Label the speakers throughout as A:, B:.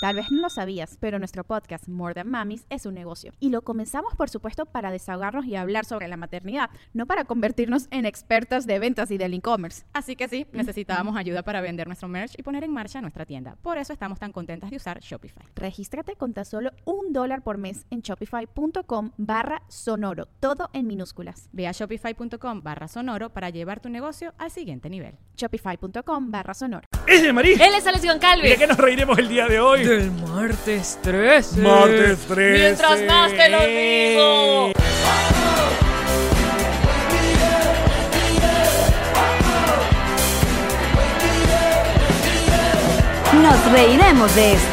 A: Tal vez no lo sabías, pero nuestro podcast More Than Mamis es un negocio. Y lo comenzamos, por supuesto, para desahogarnos y hablar sobre la maternidad, no para convertirnos en expertas de ventas y del e-commerce.
B: Así que sí, necesitábamos ayuda para vender nuestro merch y poner en marcha nuestra tienda. Por eso estamos tan contentas de usar Shopify.
A: Regístrate con tan solo un dólar por mes en shopify.com barra sonoro, todo en minúsculas.
B: Ve a shopify.com barra sonoro para llevar tu negocio al siguiente nivel.
A: Shopify.com barra sonoro.
C: ¡Es de Marí!
D: Él es Alex
C: ¿De qué
D: Goncalves.
C: nos reiremos el día de hoy?
E: Del martes 13.
C: Martes 13.
D: Mientras más te lo digo.
F: Nos reiremos de esto.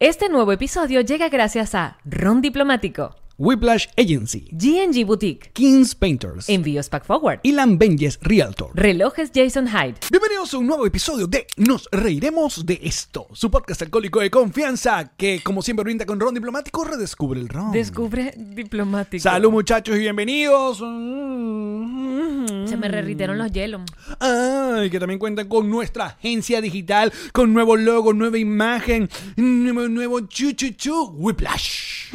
D: Este nuevo episodio llega gracias a Ron Diplomático,
G: Whiplash Agency,
D: GNG Boutique,
G: Kings Painters,
D: Envíos Pack Forward,
G: y Benjes Realtor.
D: Relojes Jason Hyde.
G: Bienvenidos a un nuevo episodio de Nos Reiremos de Esto, su podcast alcohólico de confianza que, como siempre, brinda con ron diplomático, redescubre el ron.
E: Descubre diplomático.
G: Salud, muchachos, y bienvenidos. Mm.
D: Se me rerriteron los hielos.
G: Ah, y que también cuentan con nuestra agencia digital, con nuevo logo, nueva imagen, nuevo, nuevo chu chu chu, Whiplash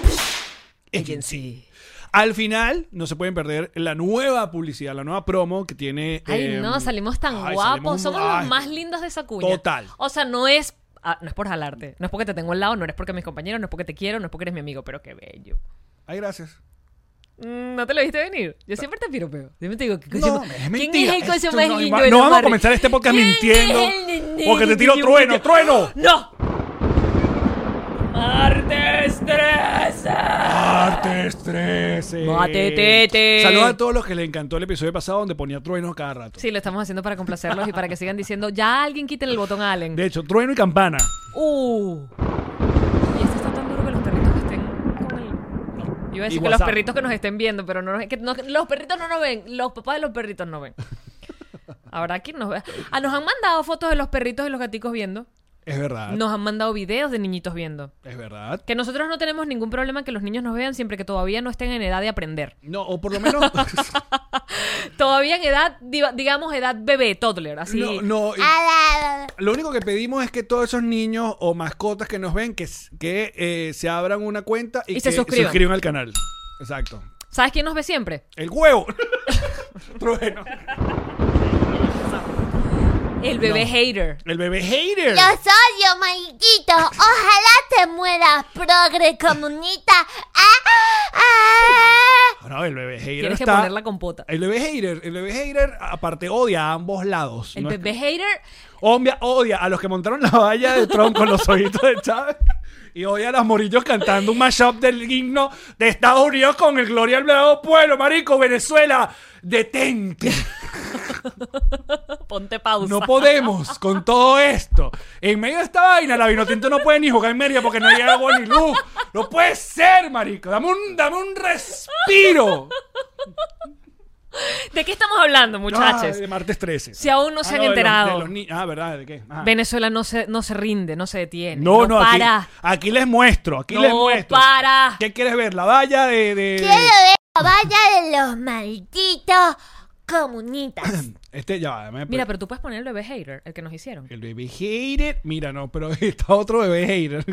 G: Agency. Al final, no se pueden perder la nueva publicidad, la nueva promo que tiene.
D: Ay,
G: em,
D: no, salimos tan
G: ay,
D: guapos.
G: salimos-
D: Somos
G: ay,
D: los más lindos de esa cuña.
G: Total.
D: O sea, no es. ah, no es por jalarte. No es porque te tengo al lado, no eres porque mis compañeros, no es porque te quiero, no es porque eres mi amigo, pero qué bello.
G: Ay, gracias.
D: Mm, No te lo viste venir. Yo siempre te piropeo. Siempre te digo, ¿qué coño
G: No,
D: más-
G: es
D: ¿quién
G: mentira.
D: es el coño
G: Esto
D: más
G: no-
D: lindo?
G: no
D: de la
G: vamos a
D: Barbie?
G: comenzar este podcast
D: ¿Quién
G: mintiendo,
D: es el-
G: porque te tiro trueno, trueno.
D: ¡No! ¡Martes 13!
G: Martes 13.
D: Matetete.
G: Saludos a todos los que les encantó el episodio pasado donde ponía truenos cada rato.
D: Sí, lo estamos haciendo para complacerlos y para que sigan diciendo, ya alguien quiten el botón a Allen.
G: De hecho, trueno y campana.
D: ¡Uh! Y este está tan duro que los perritos que estén con el... No. Yo iba a decir
G: Y
D: que los
G: WhatsApp.
D: perritos que nos estén viendo, pero no, nos- que no- los perritos no nos ven. Los papás de los perritos no ven. Ahora, ¿quién nos ve? Ah, nos han mandado fotos de los perritos y los gaticos viendo.
G: Es verdad.
D: Nos han mandado videos de niñitos viendo.
G: Es verdad.
D: Que nosotros no tenemos ningún problema en que los niños nos vean siempre que todavía no estén en edad de aprender.
G: No, o por lo menos.
D: Todavía en edad, diva- digamos, edad bebé, toddler, así.
G: No, no, y-
D: Ah,
G: Lo único que pedimos es que todos esos niños o mascotas que nos ven, que, s- que eh, se abran una cuenta y,
D: Y
G: que
D: se suscriban.
G: al canal. Exacto.
D: ¿Sabes quién nos ve siempre?
G: El huevo. Trueno.
D: El bebé
G: No.
D: hater.
G: El bebé hater.
H: Los odio, Mariquito. Ojalá te mueras, progre comunita. Ah, ah.
G: Ah, No, el bebé hater.
D: Tienes que
G: está-
D: poner la compota.
G: El bebé hater. El bebé hater, aparte, odia a ambos lados.
D: El
G: No es-
D: bebé hater
G: Odia, odia a los que montaron la valla de Trump con los ojitos de Chávez. Y odia a los morillos cantando un mashup del himno de Estados Unidos con el Gloria al Nuevo Pueblo, marico, Venezuela. Detente.
D: Ponte pausa.
G: No podemos con todo esto. En medio de esta vaina, la Vinotinto no puede ni jugar en media porque no hay agua ni luz. No puede ser, marico. Dame un, dame un respiro.
D: ¿De qué estamos hablando, muchachos?
G: Ay, de martes 13.
D: Si aún no se han
G: de los-
D: enterado.
G: de los ni- ah, ¿verdad? ¿De qué? Ajá.
D: Venezuela no se, no se rinde, no se detiene.
G: No, no, aquí,
D: para.
G: aquí les muestro, aquí
D: No,
G: les muestro.
D: para.
G: ¿Qué quieres ver? ¿La valla de...? de-
H: Quiero ver la valla de los malditos comunitas.
G: Este, ya va, me-
D: Mira, pero tú puedes poner el bebé hater, el que nos hicieron.
G: El bebé hater. Mira, no, pero está otro bebé hater.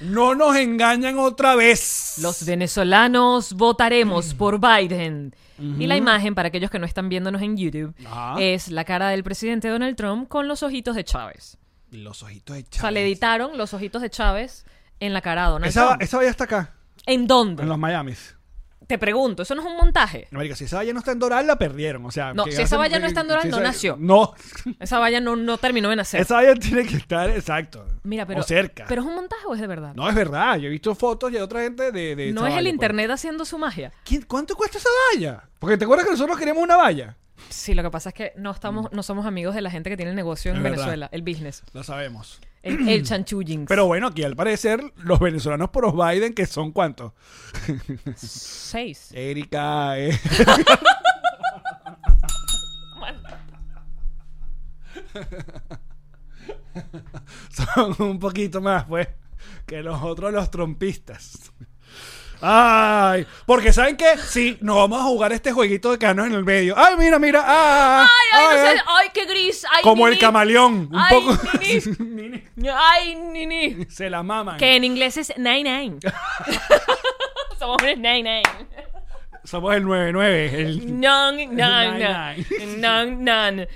G: No nos engañan otra vez.
D: Los venezolanos votaremos
G: Mm.
D: por Biden. Y la imagen, para aquellos que no están viéndonos en YouTube,
G: Ajá.
D: es la cara del presidente Donald Trump con los ojitos de Chávez.
G: Los ojitos de
D: O sea, le
G: Chávez.
D: editaron los ojitos de Chávez en la cara a Donald
G: Esa,
D: Trump.
G: esa valla está acá,
D: ¿En dónde?
G: en los Miamis.
D: Te pregunto, ¿eso no es un montaje?
G: Marica, si esa valla no está en Doral, la perdieron. O sea,
D: No,
G: que
D: si esa
G: hacen-
D: valla no está en Doral,
G: si
D: no
G: esa-
D: nació.
G: No,
D: Esa valla no, no terminó de nacer.
G: esa valla tiene que estar, exacto.
D: Mira, pero,
G: O cerca.
D: ¿Pero es un montaje o es de verdad?
G: No, es verdad. Yo he visto fotos y hay otra gente de. de
D: No
G: esa
D: es el
G: valla,
D: internet haciendo su magia.
G: pues. ¿Quién- ¿Cuánto cuesta esa valla? Porque te acuerdas que nosotros queríamos una valla.
D: Sí, lo que pasa es que no estamos, no somos amigos de la gente que tiene el negocio en
G: Mm. Es verdad.
D: Venezuela, el business,
G: Lo sabemos.
D: el, el chanchullings.
G: Pero bueno, aquí al parecer, los venezolanos por Biden, que son cuántos?
D: seis.
G: Erika. eh. Son un poquito más, pues, que los otros, los trompistas. Ay, porque ¿saben qué? Sí, nos vamos a jugar este jueguito de canos en el medio. Ay, mira, mira. Ay,
D: Ay, ay, no
G: ay,
D: sé, ay, qué gris. Ay,
G: Como el
D: nini.
G: camaleón. Un
D: Ay,
G: poco.
D: Nini. Ay, nini.
G: Se la maman.
D: Que en inglés es nine nine. Somos un nine nine.
G: Somos el 99. el-
D: Nine
G: Nine,
D: nine. Nine nine.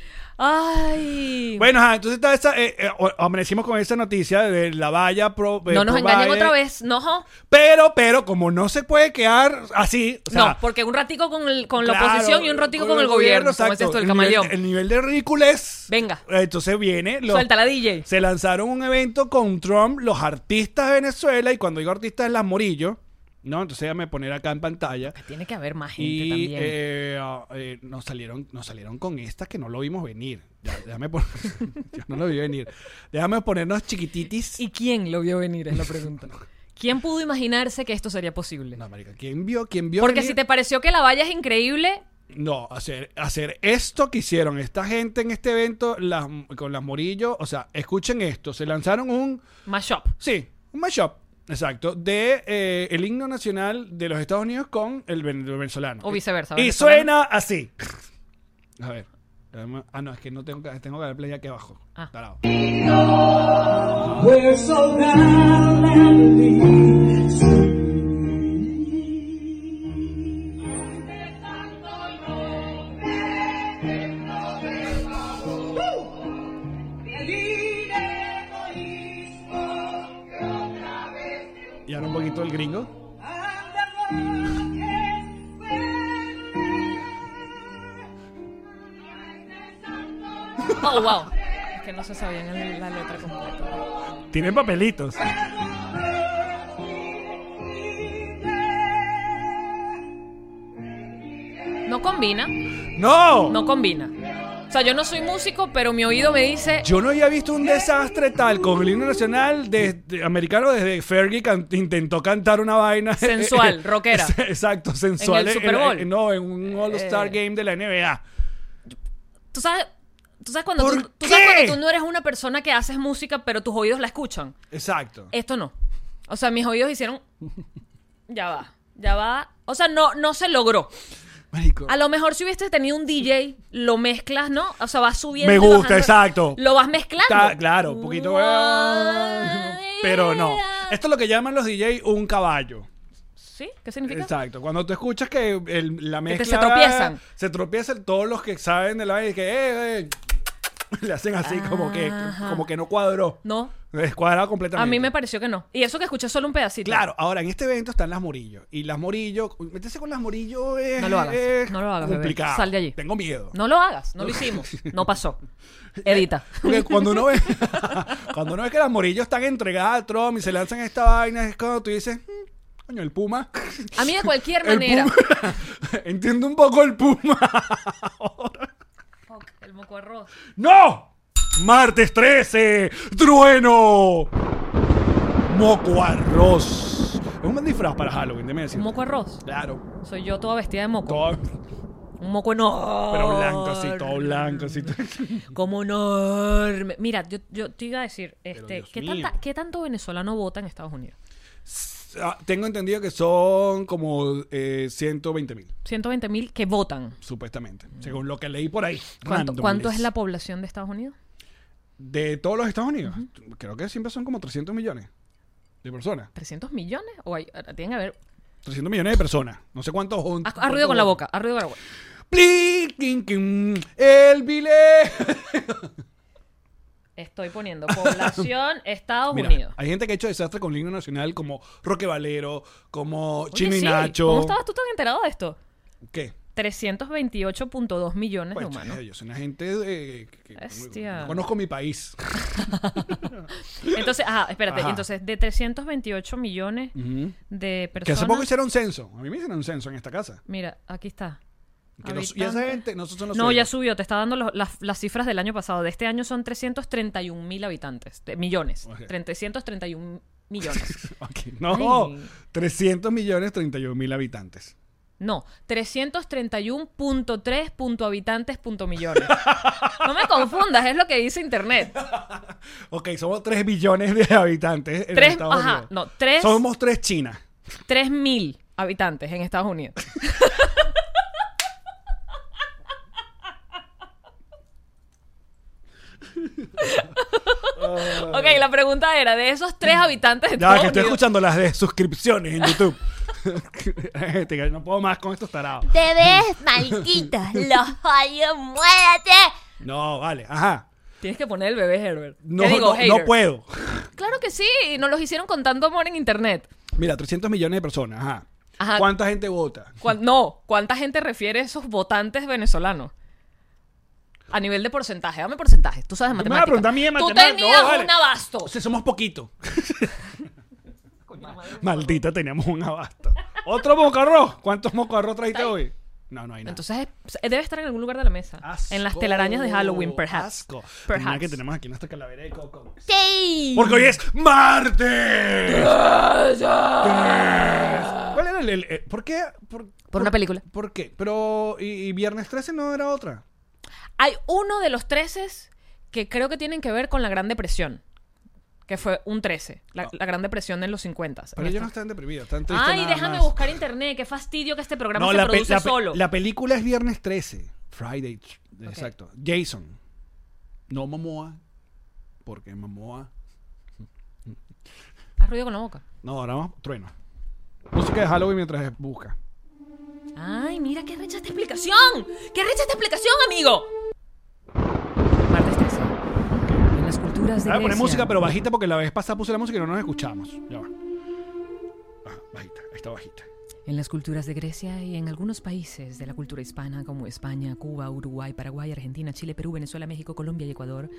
D: Ay.
G: Bueno, ajá, entonces está esa, eh, eh, o- amanecimos con esa noticia de la valla pro. eh,
D: no nos
G: provide.
D: engañen otra vez, no. jo.
G: Pero, pero, como no se puede quedar así. o sea,
D: no, porque un ratico con, el- con la
G: claro,
D: oposición y un ratico con el gobierno. como es
G: exacto,
D: esto, el
G: nivel-
D: camaleón.
G: El nivel de ridiculez.
D: Venga.
G: Eh, Entonces viene. Los,
D: Suelta la DJ.
G: Se lanzaron un evento con Trump, los artistas de Venezuela, y cuando digo artistas es las Morillo, ¿no? Entonces ya me poner acá en pantalla.
D: Tiene que haber más gente
G: Y
D: también.
G: eh, ah, eh, nos, salieron, nos salieron con esta que no lo vimos venir. Ya, déjame pon- Yo no lo vi venir. Déjame ponernos chiquititis.
D: ¿Y quién lo vio venir? Es la pregunta. ¿Quién pudo imaginarse que esto sería posible?
G: No, marica, ¿quién vio? ¿Quién vio?
D: Porque
G: venir?
D: si te pareció que la valla es increíble,
G: No, hacer, hacer esto que hicieron esta gente en este evento las- con las Morillo. O sea, escuchen esto. Se lanzaron un...
D: mashup.
G: Sí, un mashup. Exacto, de eh, el himno nacional de los Estados Unidos con el ven- el venezolano.
D: O viceversa,
G: Y
D: venezolano.
G: suena así. A ver. Ah, no, es que no tengo que tengo que dar play aquí abajo.
D: Ah.
G: Tarado. Y ahora un poquito el gringo.
D: Oh, wow. Es que no se sabían el- la letra completa.
I: Tienen papelitos.
D: No combina,
G: ¡No!
D: no combina. O sea, yo no soy músico, pero mi oído me dice.
G: Yo no había visto un desastre tal con el himno nacional de, de- americano desde Fergie can- intentó cantar una vaina.
D: Sensual, rockera.
G: Exacto, sensual.
D: el Super Bowl.
G: en- no, en un All-Star
D: Eh.
G: Game de la NBA.
D: Tú sabes. Tú sabes, cuando
G: ¿Por
D: tú, tú sabes
G: qué?
D: cuando tú no eres una persona que haces música, pero tus oídos la escuchan.
G: Exacto.
D: Esto no. O sea, mis oídos hicieron. Ya va. Ya va. O sea, no, no se logró.
G: Marico.
D: A lo mejor si hubieses tenido un DJ, lo mezclas, ¿no? O sea, vas subiendo.
G: Me
D: y
G: gusta,
D: bajando.
G: exacto.
D: Lo vas mezclando.
G: Ta- claro, un poquito. Pero no. Esto es lo que llaman los DJ un caballo.
D: ¿Sí? ¿Qué significa?
G: Exacto. Cuando tú escuchas que el- la
D: Que te-
G: mezcla.
D: se tropiezan.
G: Se tropiezan todos los que saben de la vaina y que. eh, eh, le hacen así como que como que no cuadró.
D: No.
G: Descuadrado completamente.
D: A mí me pareció que no. Y eso que escuché solo un pedacito.
G: Claro, ahora en este evento están las Morillo. Y las Morillo, meterse con las Morillo es.
D: No lo hagas,
G: es
D: no lo hagas, bebé.
G: complicado.
D: Sal de allí.
G: Tengo miedo.
D: No lo hagas. No lo hicimos. No pasó. Edita.
G: Porque cuando uno ve cuando uno ve que las Morillo están entregadas a Trump y se lanzan esta vaina, es cuando tú dices, "Mm, coño, el Puma.
D: A mí de cualquier
G: El
D: manera.
G: Puma. Entiendo un poco el Puma.
D: Fuck, El moco arroz.
G: ¡No! Martes 13, trueno. Moco arroz. Es un buen disfraz para Halloween, déjame decir.
D: Un moco arroz.
G: Claro.
D: Soy yo toda vestida de moco.
G: Todo-
D: Un moco enorme.
G: pero blanco así, todo blanco así.
D: Como enorme. Mira, yo, yo te iba a decir, este,
G: Dios
D: ¿qué,
G: mío.
D: tanta- ¿qué tanto venezolano vota en Estados Unidos?
G: Ah, Tengo entendido que son como eh, 120 mil,
D: 120 mil que votan.
G: supuestamente. Según lo que leí por ahí.
D: ¿Cuánto,
G: Randomness.
D: cuánto es la población de Estados Unidos?
G: De todos los Estados Unidos. Creo que siempre son como 300 millones de personas.
D: ¿300 millones? O hay, tienen que haber...
G: 300 millones de personas. No sé cuántos juntos.
D: Haz, haz ruido con la boca, haz ruido con la boca.
G: El bile.
D: Estoy poniendo población Estados
G: Mira,
D: Unidos.
G: hay gente que ha hecho desastre con el himno nacional como Roque Valero, como
D: Oye,
G: Chino y
D: sí,
G: Nacho.
D: ¿Cómo estabas tú tan enterado de esto?
G: ¿Qué?
D: 328.2 millones
G: Pues,
D: de humanos.
G: yo soy una gente eh, que no-
D: Bestia.
G: no conozco mi país.
D: Entonces, ajá, espérate.
G: Ajá.
D: Entonces, de 328 millones
G: Ujú.
D: de personas...
G: Que hace poco hicieron censo. A mí me hicieron un censo en esta casa.
D: Mira, aquí está.
G: Que los- y esa
D: Habitantes.
G: gente, nosotros son los
D: No, ya
G: suegros.
D: subió, te está dando los- las, las cifras del año pasado. De este año son 331 mil habitantes, de- millones.
G: Ok.
D: 331 millones.
G: Ok, No,
D: Ay.
G: 300 millones 31 mil habitantes.
D: No, 331.3 punto habitantes punto millones. No me confundas, es lo que dice internet.
G: Ok, somos 3 billones de habitantes en
D: Tres,
G: Estados
D: ajá,
G: Unidos.
D: no, tres.
G: Somos 3 Chinas.
D: 3.000 habitantes en Estados Unidos. ok, la pregunta era, de esos tres habitantes de
G: Ya,
D: Estados
G: que estoy
D: Unidos,
G: escuchando las de suscripciones en YouTube. Este, que no puedo más con estos tarados.
H: Te ves, maldito. Los odio, muérete.
G: No, vale, ajá.
D: tienes que poner el bebé Herbert.
G: No,
D: ¿Qué digo,
G: no- no,
D: hater?
G: puedo.
D: Claro que sí, nos los hicieron con tanto amor en internet.
G: Mira, 300 millones de personas, ajá.
D: Ajá.
G: ¿Cuánta gente vota?
D: ¿Cuán- no, ¿cuánta gente refiere a esos votantes venezolanos? A nivel de porcentaje, dame porcentaje. Tú sabes
G: me vas a
D: matemáticas.
G: preguntar a mí de
D: Tú
G: matemáticas,
D: tenías
G: no, vale.
D: un abasto.
G: O sea, somos poquito. Maldita, teníamos un abasto. ¿Otro mocarro? ¿Cuántos mocarros trajiste hoy? No, no hay nada.
D: Entonces es- debe estar en algún lugar de la mesa.
G: Asco,
D: En las telarañas de Halloween, perhaps.
G: Asco.
D: Perhaps.
G: Mira que tenemos aquí nuestra calavera de coco.
H: Sí.
G: Porque hoy es martes. ¿Cuál era el, el- el- ¿Por qué? ¿Por,
D: Por una película.
G: ¿Por qué? Pero y, y viernes 13 no era otra.
D: Hay uno de los 13 que creo que tienen que ver con la Gran Depresión. Que fue un 13. La, la Gran Depresión en los 50.
G: Ah. Pero ellos no están deprimidos, están tristes.
D: Ay,
G: nada
D: déjame
G: más.
D: buscar internet. Qué fastidio que este programa
G: No,
D: se
G: la, pe-
D: produce
G: la pe-
D: solo.
G: la película es viernes 13. Friday. Exacto. Jason. No Momoa. Porque Momoa.
D: Haz ruido con la boca.
G: No, ahora vamos. Trueno. Música de Halloween mientras busca.
D: Ay, mira qué recha esta explicación. Qué recha esta explicación, amigo. Martes 13. En las culturas de
G: Voy a poner
D: Grecia.
G: música, pero bajita porque la vez pasada puse la música y no nos escuchamos. Ya va. Ajá, bajita, ahí está bajita.
D: En las culturas de Grecia y en algunos países de la cultura hispana, como España, Cuba, Uruguay, Paraguay, Argentina, Chile, Perú, Venezuela, México, Colombia y Ecuador,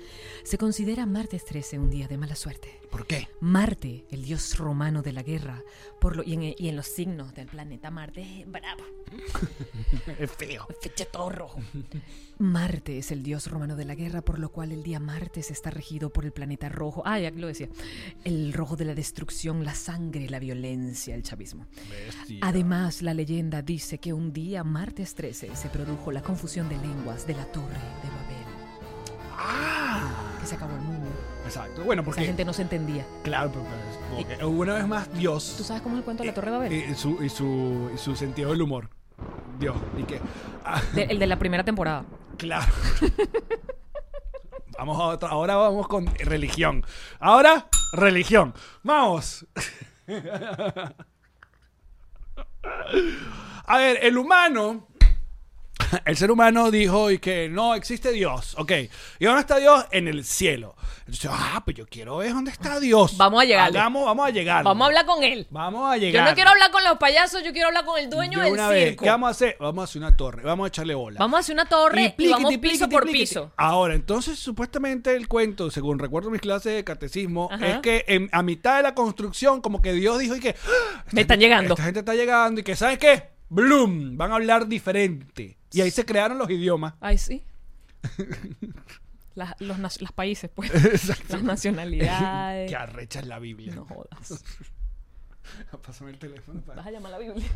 D: se considera martes 13 un día de mala suerte.
G: ¿Por qué?
D: Marte, el dios romano de la guerra, por lo, y, en, y en los signos del planeta Marte, es bravo,
G: Es feo.
D: fecha todo rojo. Marte es el dios romano de la guerra, por lo cual el día martes está regido por el planeta rojo. Ah, ya lo decía. El rojo de la destrucción, la sangre, la violencia, el chavismo. Ah. Además, la leyenda dice que un día, martes 13, se produjo la confusión de lenguas de la Torre de Babel.
G: Ah.
D: Que se acabó el mundo.
G: Exacto. Bueno,
D: Esa
G: porque.
D: gente no se entendía.
G: Claro, pero, pero es- porque una vez más, Dios.
D: ¿Tú sabes cómo es el
G: Eh,
D: cuento de la Torre de Babel?
G: Y, y su, y, su, y su sentido del humor. Dios. Y que. ah,
D: De- el de la primera temporada.
G: claro. vamos a otra. Ahora vamos con religión. Ahora, religión. Vamos. a ver, el humano. El ser humano dijo y que no existe Dios, ok. ¿Y dónde está Dios? En el cielo. Entonces, ah, pues yo quiero ver dónde está Dios.
D: Vamos a llegarle.
G: Hagamos- vamos a llegar.
D: Vamos a hablar con él.
G: Vamos a
D: Yo
G: llegar.
D: no quiero hablar con los payasos, yo quiero hablar con el dueño
G: De
D: del
G: una vez,
D: circo.
G: ¿Qué vamos a hacer? Vamos a hacer una torre, vamos a echarle bola.
D: Vamos a hacer una torre y,
G: pliquiti,
D: vamos
G: pliquiti,
D: piso por
G: pliquiti.
D: piso.
G: Ahora, entonces, supuestamente el cuento, según recuerdo mis clases de catecismo,
D: Ajá.
G: es que en- a mitad de la construcción, como que Dios dijo y que. ¡Ah!
D: Me están llegando.
G: Esta gente está llegando y que, ¿sabes qué? ¡Bloom! Van a hablar diferente. Y ahí se crearon los idiomas.
D: Ay, sí. Las, los, nas- las países, pues. Las nacionalidades.
G: Que arrechas la Biblia.
D: Eh, No jodas.
G: Pásame el teléfono para-
D: Vas a llamar a la Biblia.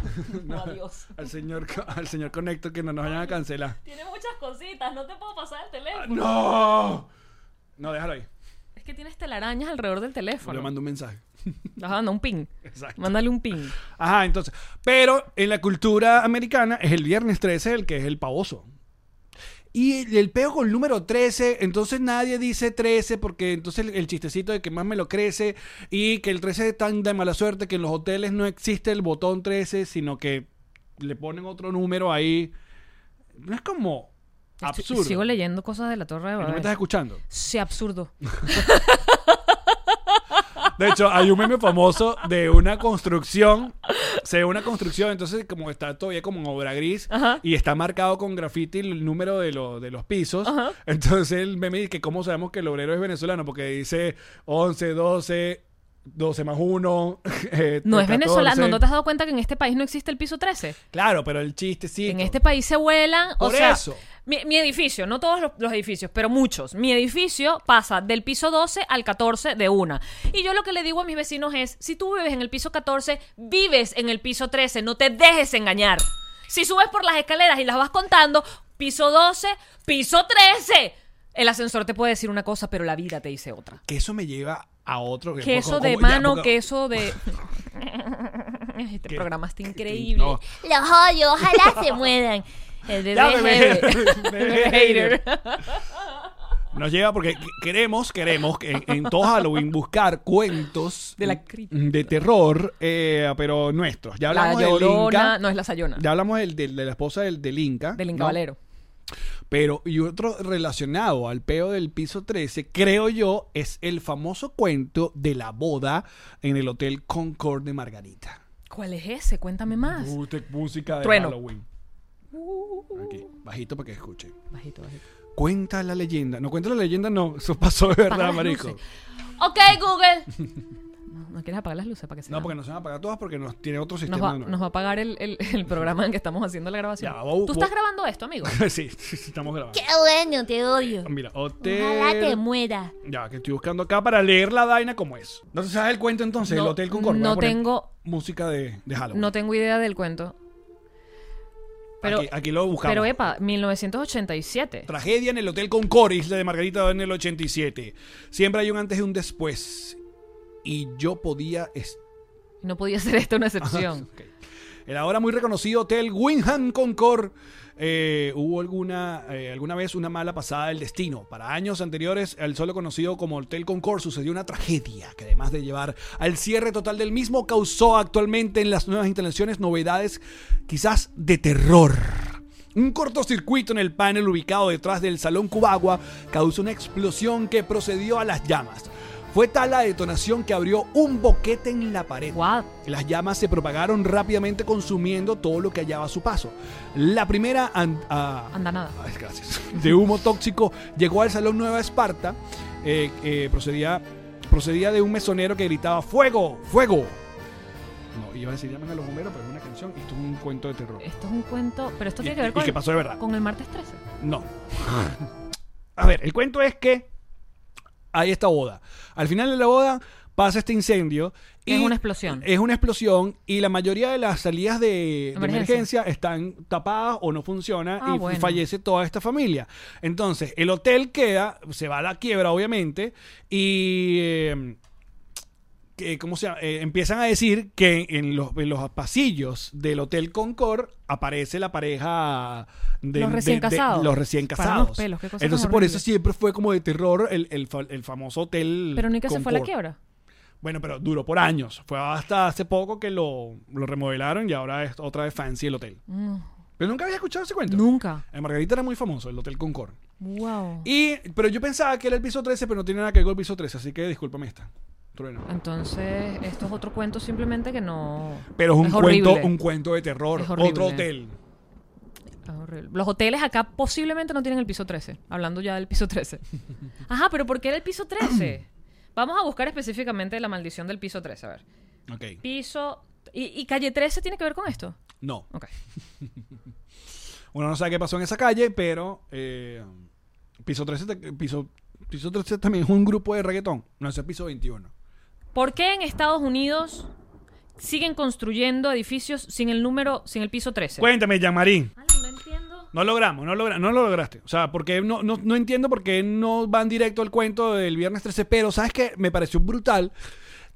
D: No, adiós.
G: al señor, al señor Conecto que no nos vayan a cancelar.
D: Tiene muchas cositas, no te puedo pasar el
G: Ah,
D: teléfono.
G: ¡No! No, déjalo ahí.
D: Es que tienes telarañas alrededor del
G: Le
D: teléfono.
G: mando un mensaje.
D: Ajá, manda un ping.
G: Exacto.
D: Mándale un ping.
G: Ajá, entonces. Pero en la cultura americana es el viernes 13 el que es el pavoso. Y el, el peo con el número 13, entonces nadie dice 13 porque entonces el, el chistecito de que más me lo crece y que el 13 es tan de mala suerte que en los hoteles no existe el botón 13, sino que le ponen otro número ahí. No es como
D: Estoy-
G: absurdo.
D: Sigo leyendo ¿eh? cosas de la Torre de
G: ¿No me
D: Babel.
G: estás escuchando?
D: Sí, absurdo.
G: De hecho, hay un meme famoso de una construcción. Se ve una construcción, entonces como está todavía como en obra gris
D: Ajá.
G: y está marcado con graffiti el número de, lo- de los pisos. Entonces el meme dice que cómo sabemos que el obrero es venezolano, porque dice 11, 12, 12 más eh, 1.
D: No es venezolano. ¿No te has dado cuenta que en este país no existe el piso 13?
G: Claro, pero el chiste sí.
D: En este país se vuelan. o
G: Por
D: sea,
G: eso.
D: Mi, mi edificio, no todos los, los edificios, pero muchos. Mi edificio pasa del piso 12 al 14 de una. Y yo lo que le digo a mis vecinos es: si tú vives en el piso 14, vives en el piso 13, no te dejes engañar. Si subes por las escaleras y las vas contando, piso 12, piso 13. El ascensor te puede decir una cosa, pero la vida te dice otra.
G: Que eso me lleva a otro. que-
D: Queso
G: como-
D: de
G: como- ya,
D: mano,
G: porque-
D: queso de. Ay, Este
G: ¿Qué?
D: programa está
G: ¿Qué?
D: increíble.
G: No.
H: Los odio, ojalá se mueran. El bebé,
G: Ya, bebé.
D: hater.
G: Bebé
D: Hater.
G: Nos lleva porque qu- queremos, queremos que en, en todo Halloween buscar cuentos
D: De la crítica.
G: de terror, eh, pero nuestros. Ya
D: La
G: hablamos del
D: llorona.
G: Inca.
D: No, es la sayona.
G: Ya hablamos del, del- de la esposa del, del Inca.
D: Del
G: ¿no?
D: incabalero.
G: Pero, y otro relacionado al peo del piso 13, creo yo, es el famoso cuento de la boda en el Hotel Concord de Margarita.
D: ¿Cuál es ese? Cuéntame más.
G: Guste música de
D: Trueno. Uh.
G: Halloween. Aquí, bajito para que escuchen.
D: Bajito, bajito.
G: Cuenta la leyenda. No cuenta la leyenda, no. Eso pasó de verdad,
D: las
G: marico.
D: luces.
H: Ok, Google.
D: No, no quieres apagar las luces para que se
G: No,
D: vea?
G: porque no se van a pagar todas porque nos tiene otro
D: nos
G: sistema.
D: va,
G: nuevo.
D: nos va a pagar el, el- el programa en que estamos haciendo la grabación.
G: Ya, vos-
D: ¿Tú estás
G: vos-
D: grabando esto, amigo?
G: sí, sí, sí, estamos grabando.
H: Qué bueno, te odio.
G: Mira, hotel.
H: Ojalá te muera.
G: Ya, que estoy buscando acá para leer la vaina como es. No se sabe el cuento entonces, el
D: No,
G: Hotel Concord. Voy a
D: no
G: poner
D: tengo-
G: Música de, de Halloween.
D: No tengo idea del cuento. Pero,
G: aquí, aquí lo buscamos.
D: pero epa, 1987.
G: Tragedia en el Hotel Concord, Isla de Margarita en el 87. Siempre hay un antes y un después. Y yo podía es-
D: No podía ser esto una excepción.
G: Ok. El ahora muy reconocido hotel Wyndham Concord. eh, hubo alguna, eh, alguna vez una mala pasada del destino. Para años anteriores, al solo conocido como Hotel Concord sucedió una tragedia que además de llevar al cierre total del mismo, causó actualmente en las nuevas instalaciones novedades quizás de terror. Un cortocircuito en el panel ubicado detrás del Salón Cubagua causó una explosión que procedió a las llamas. Fue tal la detonación que abrió un boquete en la pared.
D: What?
G: Las llamas se propagaron rápidamente consumiendo todo lo que hallaba a su paso. La primera an- a-
D: Anda nada.
G: Ay, gracias. de humo tóxico llegó al Salón Nueva Esparta. eh, eh, procedía, procedía de un mesonero que gritaba ¡Fuego! ¡Fuego! No, iba a decir llamen a los bomberos, pero es una canción y esto es un cuento de terror.
D: Esto es un cuento. Pero esto
G: ¿Y,
D: tiene que ver
G: y
D: con,
G: qué pasó de verdad?
D: con el martes 13.
G: No. A ver, el cuento es que hay esta boda. Al final de la boda pasa este incendio. Y
D: Es una explosión.
G: Es una explosión y la mayoría de las salidas de, de emergencia.
D: Emergencia.
G: están tapadas o no funcionan
D: Ah,
G: y
D: bueno.
G: fallece toda esta familia. Entonces, el hotel queda, se va a la quiebra, obviamente, y... eh, que, ¿cómo se llama? Eh, empiezan a decir que en los, en los pasillos del Hotel Concord aparece la pareja de
D: Los
G: de-
D: recién
G: de-
D: casados.
G: los recién
D: Para los
G: casados.
D: pelos, qué cosa tan
G: Entonces, por eso
D: horrible.
G: siempre fue como de terror el, el fa- el famoso hotel.
D: Pero ni que se fue a la
G: Concord.
D: quiebra.
G: Bueno, pero duró por años. Fue hasta hace poco que lo, lo remodelaron y ahora es otra vez fancy el hotel.
D: Mm,
G: Pero nunca había escuchado ese cuento.
D: nunca.
G: En Margarita era muy famoso, el Hotel Concord.
D: Wow.
G: Y, pero yo pensaba que era el piso 13, pero no tiene nada que ver con el piso 13, así que discúlpame esta. Trueno.
D: Entonces, esto es otro cuento simplemente que no.
G: Pero es un
D: horrible.
G: cuento, un cuento de terror.
D: Es horrible.
G: Otro hotel.
D: Es horrible. Los hoteles acá posiblemente no tienen el piso 13. Hablando ya del piso 13. Ajá, pero ¿por qué era el piso 13? Vamos a buscar específicamente la maldición del piso 13. A ver.
G: Ok.
D: Piso. ¿Y, y calle 13 tiene que ver con esto?
G: No.
D: Ok.
G: Uno no sabe qué pasó en esa calle, pero eh, piso 13 te- piso, piso 13 también es un grupo de reggaetón. No, ese es piso 21.
D: ¿Por qué en Estados Unidos siguen construyendo edificios sin el número, sin el piso 13?
G: Cuéntame, Yamarín.
D: Ay, no entiendo.
G: No logramos, no, logra, no lo lograste. O sea, porque no, no, no entiendo por qué no van directo al cuento del viernes 13, pero ¿sabes qué? Me pareció brutal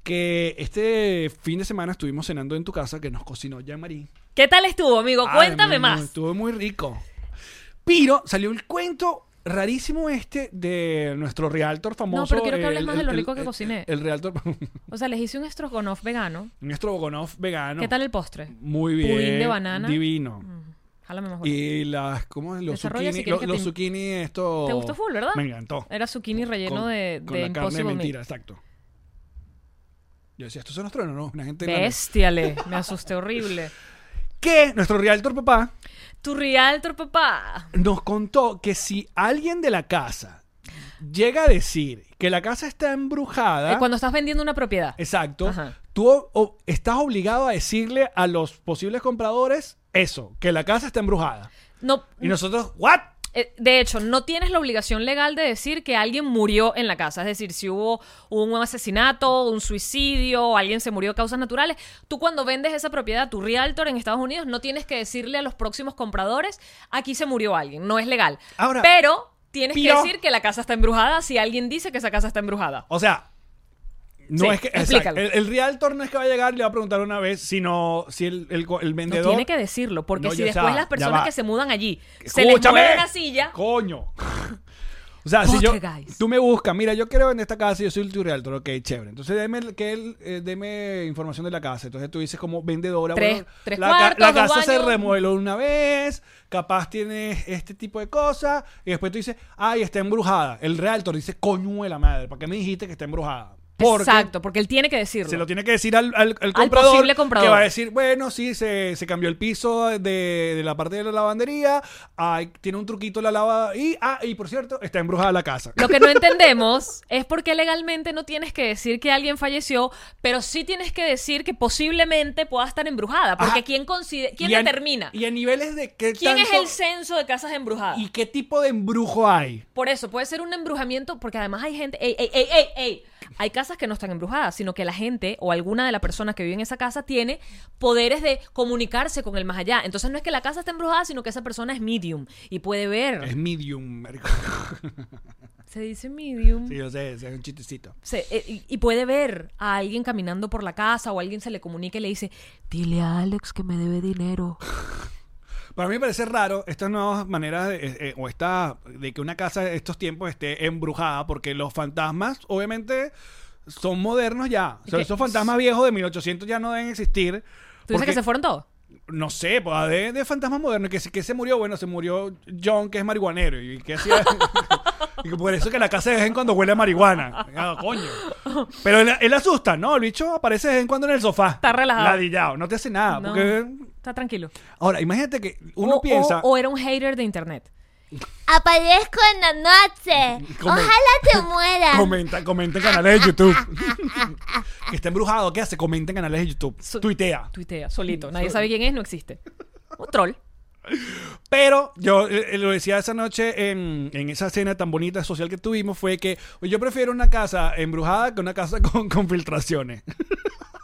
G: que este fin de semana estuvimos cenando en tu casa que nos cocinó Yamarín.
D: ¿Qué tal estuvo, amigo?
G: Ay,
D: Cuéntame
G: mi amor,
D: más.
G: Estuvo muy rico. Pero salió el cuento rarísimo este de nuestro realtor famoso.
D: No, pero quiero que hables
G: el-
D: más de
G: el-
D: lo
G: el-
D: rico que
G: el-
D: cociné.
G: El realtor,
D: O sea, les hice un estrogonoff vegano.
G: nuestro Bogonoff vegano.
D: ¿Qué tal el postre?
G: Muy bien.
D: Pudín de banana.
G: Divino.
D: Jálame más. bueno.
G: Y las, ¿cómo es? Los
D: Desarrolla si
G: zucchini,
D: quieres
G: los,
D: que
G: los
D: te-
G: zucchini esto...
D: ¿Te gustó full, verdad?
G: Me encantó.
D: Era zucchini relleno
G: Con-
D: de,
G: con
D: de
G: la carne de
D: Impossible
G: mentira,
D: Meat.
G: exacto. Yo decía, estos son los truenos, ¿no? Una gente... grande.
D: Bestiale. Me asusté horrible.
G: Que nuestro realtor papá
D: Tu realtor, papá.
G: nos contó que si alguien de la casa llega a decir que la casa está embrujada,
D: Eh, Cuando estás vendiendo una propiedad.
G: exacto,
D: Ajá.
G: tú o- o- estás obligado a decirle a los posibles compradores eso, que la casa está embrujada.
D: No,
G: Y nosotros, ¿what?
D: Eh, De hecho, no tienes la obligación legal de decir que alguien murió en la casa. Es decir, si hubo un asesinato, un suicidio, o alguien se murió de causas naturales, tú cuando vendes esa propiedad, tu realtor en Estados Unidos, no tienes que decirle a los próximos compradores, aquí se murió alguien. No es legal.
G: Ahora,
D: Pero tienes
G: pero-
D: que decir que la casa está embrujada si alguien dice que esa casa está embrujada.
G: O sea, No
D: Sí,
G: es que. exacto,
D: explícalo.
G: el, el realtor no es que va a llegar y le va a preguntar una vez, sino si el, el, co- el
D: No
G: vendedor.
D: tiene que decirlo, porque
G: No,
D: si
G: ya
D: después
G: va,
D: las
G: ya
D: personas
G: va.
D: que se mudan allí se les
G: ¡Escúchame!
D: mueve la silla,
G: Coño. O sea, si yo,
D: Poltergeist.
G: tú me buscas, mira, yo quiero vender esta casa y yo soy tu realtor, ok, chévere. Entonces, deme, el- que él, eh, deme información de la casa. Entonces, tú dices como vendedora,
D: Tres-
G: bueno,
D: tres
G: la, ca-
D: cuartos,
G: la
D: dos
G: casa se
D: baños.
G: remodeló una vez, capaz tiene este tipo de cosas, y después tú dices, ay, está embrujada. El realtor dice, coño de la madre, ¿para qué me dijiste que está embrujada? Porque
D: exacto, porque él tiene que decirlo.
G: se lo tiene que decir al, al- al comprador,
D: posible comprador.
G: Que va a decir, bueno, sí, se, se cambió el piso de, de la parte de la lavandería. ay, tiene un truquito la lava. Y, ah, y por cierto, está embrujada la casa.
D: Lo que no entendemos es por qué legalmente no tienes que decir que alguien falleció, pero sí tienes que decir que posiblemente pueda estar embrujada, porque
G: Ajá.
D: quién consider- quién
G: Y a-
D: determina
G: Y a niveles de qué
D: quién es
G: tanto-
D: el censo de casas embrujadas.
G: ¿Y qué tipo de embrujo hay?
D: Por eso, puede ser un embrujamiento, porque además hay gente. ¡Ey, ey, ey, ey, ey! Hay casas que no están embrujadas, sino que la gente o alguna de las personas que vive en esa casa tiene poderes de comunicarse con el más allá. Entonces, no es que la casa esté embrujada, sino que esa persona es medium y puede ver.
G: Es medium, marico.
D: Se dice medium.
G: Sí, yo sé, es un chistecito.
D: Se- eh, y- y puede ver a alguien caminando por la casa o alguien se le comunica y le dice, dile a Alex que me debe dinero.
G: Para mí me parece raro estas nuevas maneras de- eh, eh, o esta de que una casa de estos tiempos esté embrujada porque los fantasmas obviamente son modernos ya. O sea,
D: Ok.
G: esos fantasmas viejos de 1800 ya no deben existir.
D: ¿Tú dices
G: porque-
D: que se fueron todos?
G: No sé, pues de, de fantasmas modernos. Que, se- que se murió, bueno, se murió John, que es marihuanero. ¿Y que hacía? y que por eso que la casa de vez en cuando huele a marihuana. Ah, coño. Pero él, él asusta, ¿no? El bicho aparece de vez en cuando en el sofá.
D: Está relajado.
G: Ladillado, no te hace nada.
D: No.
G: Porque...
D: Está tranquilo.
G: Ahora, imagínate que uno
D: O- o-
G: piensa...
D: O, era un hater de internet.
H: Aparezco en la noche.
G: Come-
H: Ojalá te mueras.
G: Comenta, comenta en canales de YouTube. que está embrujado, ¿qué hace? Comenta en canales de YouTube.
D: So-
G: Tuitea.
D: Tuitea, solito. Nadie sabe quién es, no existe. Un troll.
G: Pero yo eh, eh, lo decía esa noche en, en esa cena tan bonita social que tuvimos, fue que yo prefiero una casa embrujada que una casa con, con filtraciones.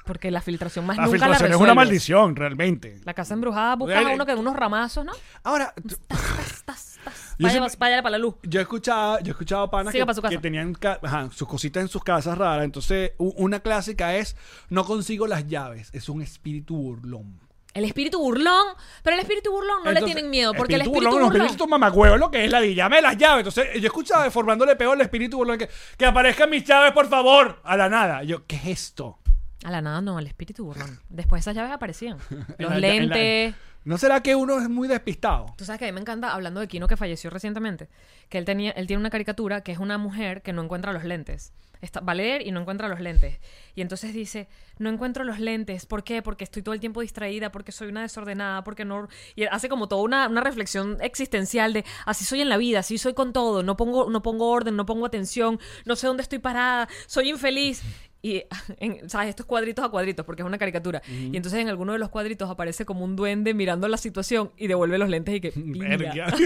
D: Porque la filtración más
G: La
D: nunca la
G: filtración es
D: resuelve.
G: una maldición, eh. realmente.
D: La casa embrujada buscas a
G: Dale.
D: uno que unos ramazos, ¿no?
G: Ahora, tú-
D: Tas, tas, tas.
G: Yo
D: Vaya,
G: siempre-
D: vaya para la luz.
G: yo escuchaba, yo escuchaba panas
D: Siga
G: que,
D: pa' su casa.
G: que tenían ca- ajá, sus cositas en sus casas raras. Entonces, u- una clásica es, no consigo las llaves, es un espíritu burlón.
D: El espíritu burlón. Pero el espíritu burlón no le
G: Entonces,
D: tienen miedo. Porque el espíritu
G: burlón,
D: burlón.
G: Los espíritus mamagüeos, lo que es la di, llame las llaves. Entonces, yo escuchaba formándole peor el espíritu burlón que, que aparezcan mis llaves, por favor, a la nada. Yo, ¿qué es esto?
D: A la nada, no, el espíritu burlón. Después esas llaves aparecían.
G: En
D: Los
G: la- en la-
D: lentes.
G: ¿No será que uno es muy despistado?
D: Tú sabes que a mí me encanta, hablando de Kino que falleció recientemente, que él, tenía, él tiene una caricatura que es una mujer que no encuentra los lentes. Está, va a leer y no encuentra los lentes. Y entonces dice, no encuentro los lentes. ¿Por qué? Porque estoy todo el tiempo distraída, porque soy una desordenada, porque no... Y hace como toda una, una reflexión existencial de, así soy en la vida, así soy con todo, no pongo, no pongo orden, no pongo atención, no sé dónde estoy parada, soy infeliz. Y, en- ¿sabes? Estos cuadritos a cuadritos, porque es una caricatura. Y entonces en alguno de los cuadritos aparece como un duende mirando la situación y devuelve los lentes y que... "Pinga".
G: Verga.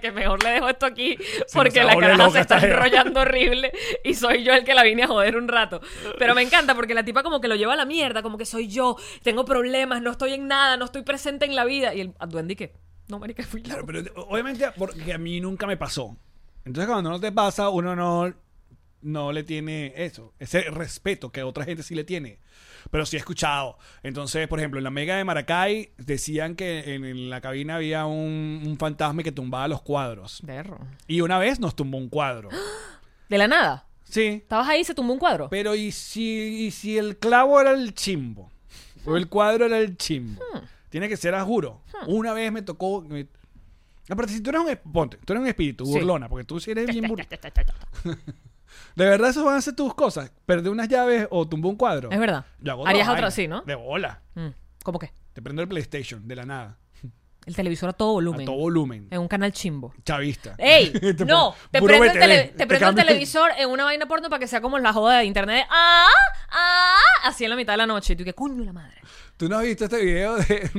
D: que mejor le dejo esto aquí porque
G: se
D: la
G: vuelve
D: caraja se
G: loca
D: está
G: esta jeva.
D: enrollando horrible y soy yo el que la vine a joder un rato. Pero me encanta porque la tipa como que lo lleva a la mierda, como que soy yo, tengo problemas, no estoy en nada, no estoy presente en la vida. Y el duende y que, no, marica, fui yo".
G: Claro, pero obviamente porque a mí nunca me pasó. Entonces cuando no te pasa, uno no, no le tiene eso, ese respeto que otra gente sí le tiene. Pero sí he escuchado. Entonces, por ejemplo, en la mega de Maracay decían que en, en la cabina había un, un fantasma que tumbaba los cuadros.
D: Berro.
G: Y una vez nos tumbó un cuadro.
D: De la nada.
G: Sí.
D: Estabas ahí y se tumbó un cuadro.
G: Pero ¿y si, y si el clavo era el chimbo? O el cuadro era el chimbo.
D: Hmm.
G: Tiene que ser a juro. Una vez me tocó... me- Aparte, si tú eres un, esp- ponte, tú eres un espíritu
D: Sí.
G: burlona, porque tú sí eres bien burlona. De verdad, eso van a ser tus cosas. Perder unas llaves o tumbar un cuadro.
D: Es verdad.
G: Yo hago
D: Harías
G: otra
D: otra
G: vaina,
D: así, ¿no?
G: De bola.
D: Mm, ¿Cómo que?
G: Te prendo el PlayStation de la nada.
D: El televisor a todo volumen.
G: A todo volumen.
D: En un canal chimbo.
G: Chavista.
D: ¡Ey!
G: Te
D: No,
G: pon-
D: te
G: puro
D: prendo, el,
G: BTV,
D: tele- te prendo el
G: cambio-
D: televisor en una vaina porno para que sea como la joda de internet. de, ¡Ah! ¡Ah! Así en la mitad de la noche. Y tú, que coño la madre?
G: ¿Tú no has visto este video de,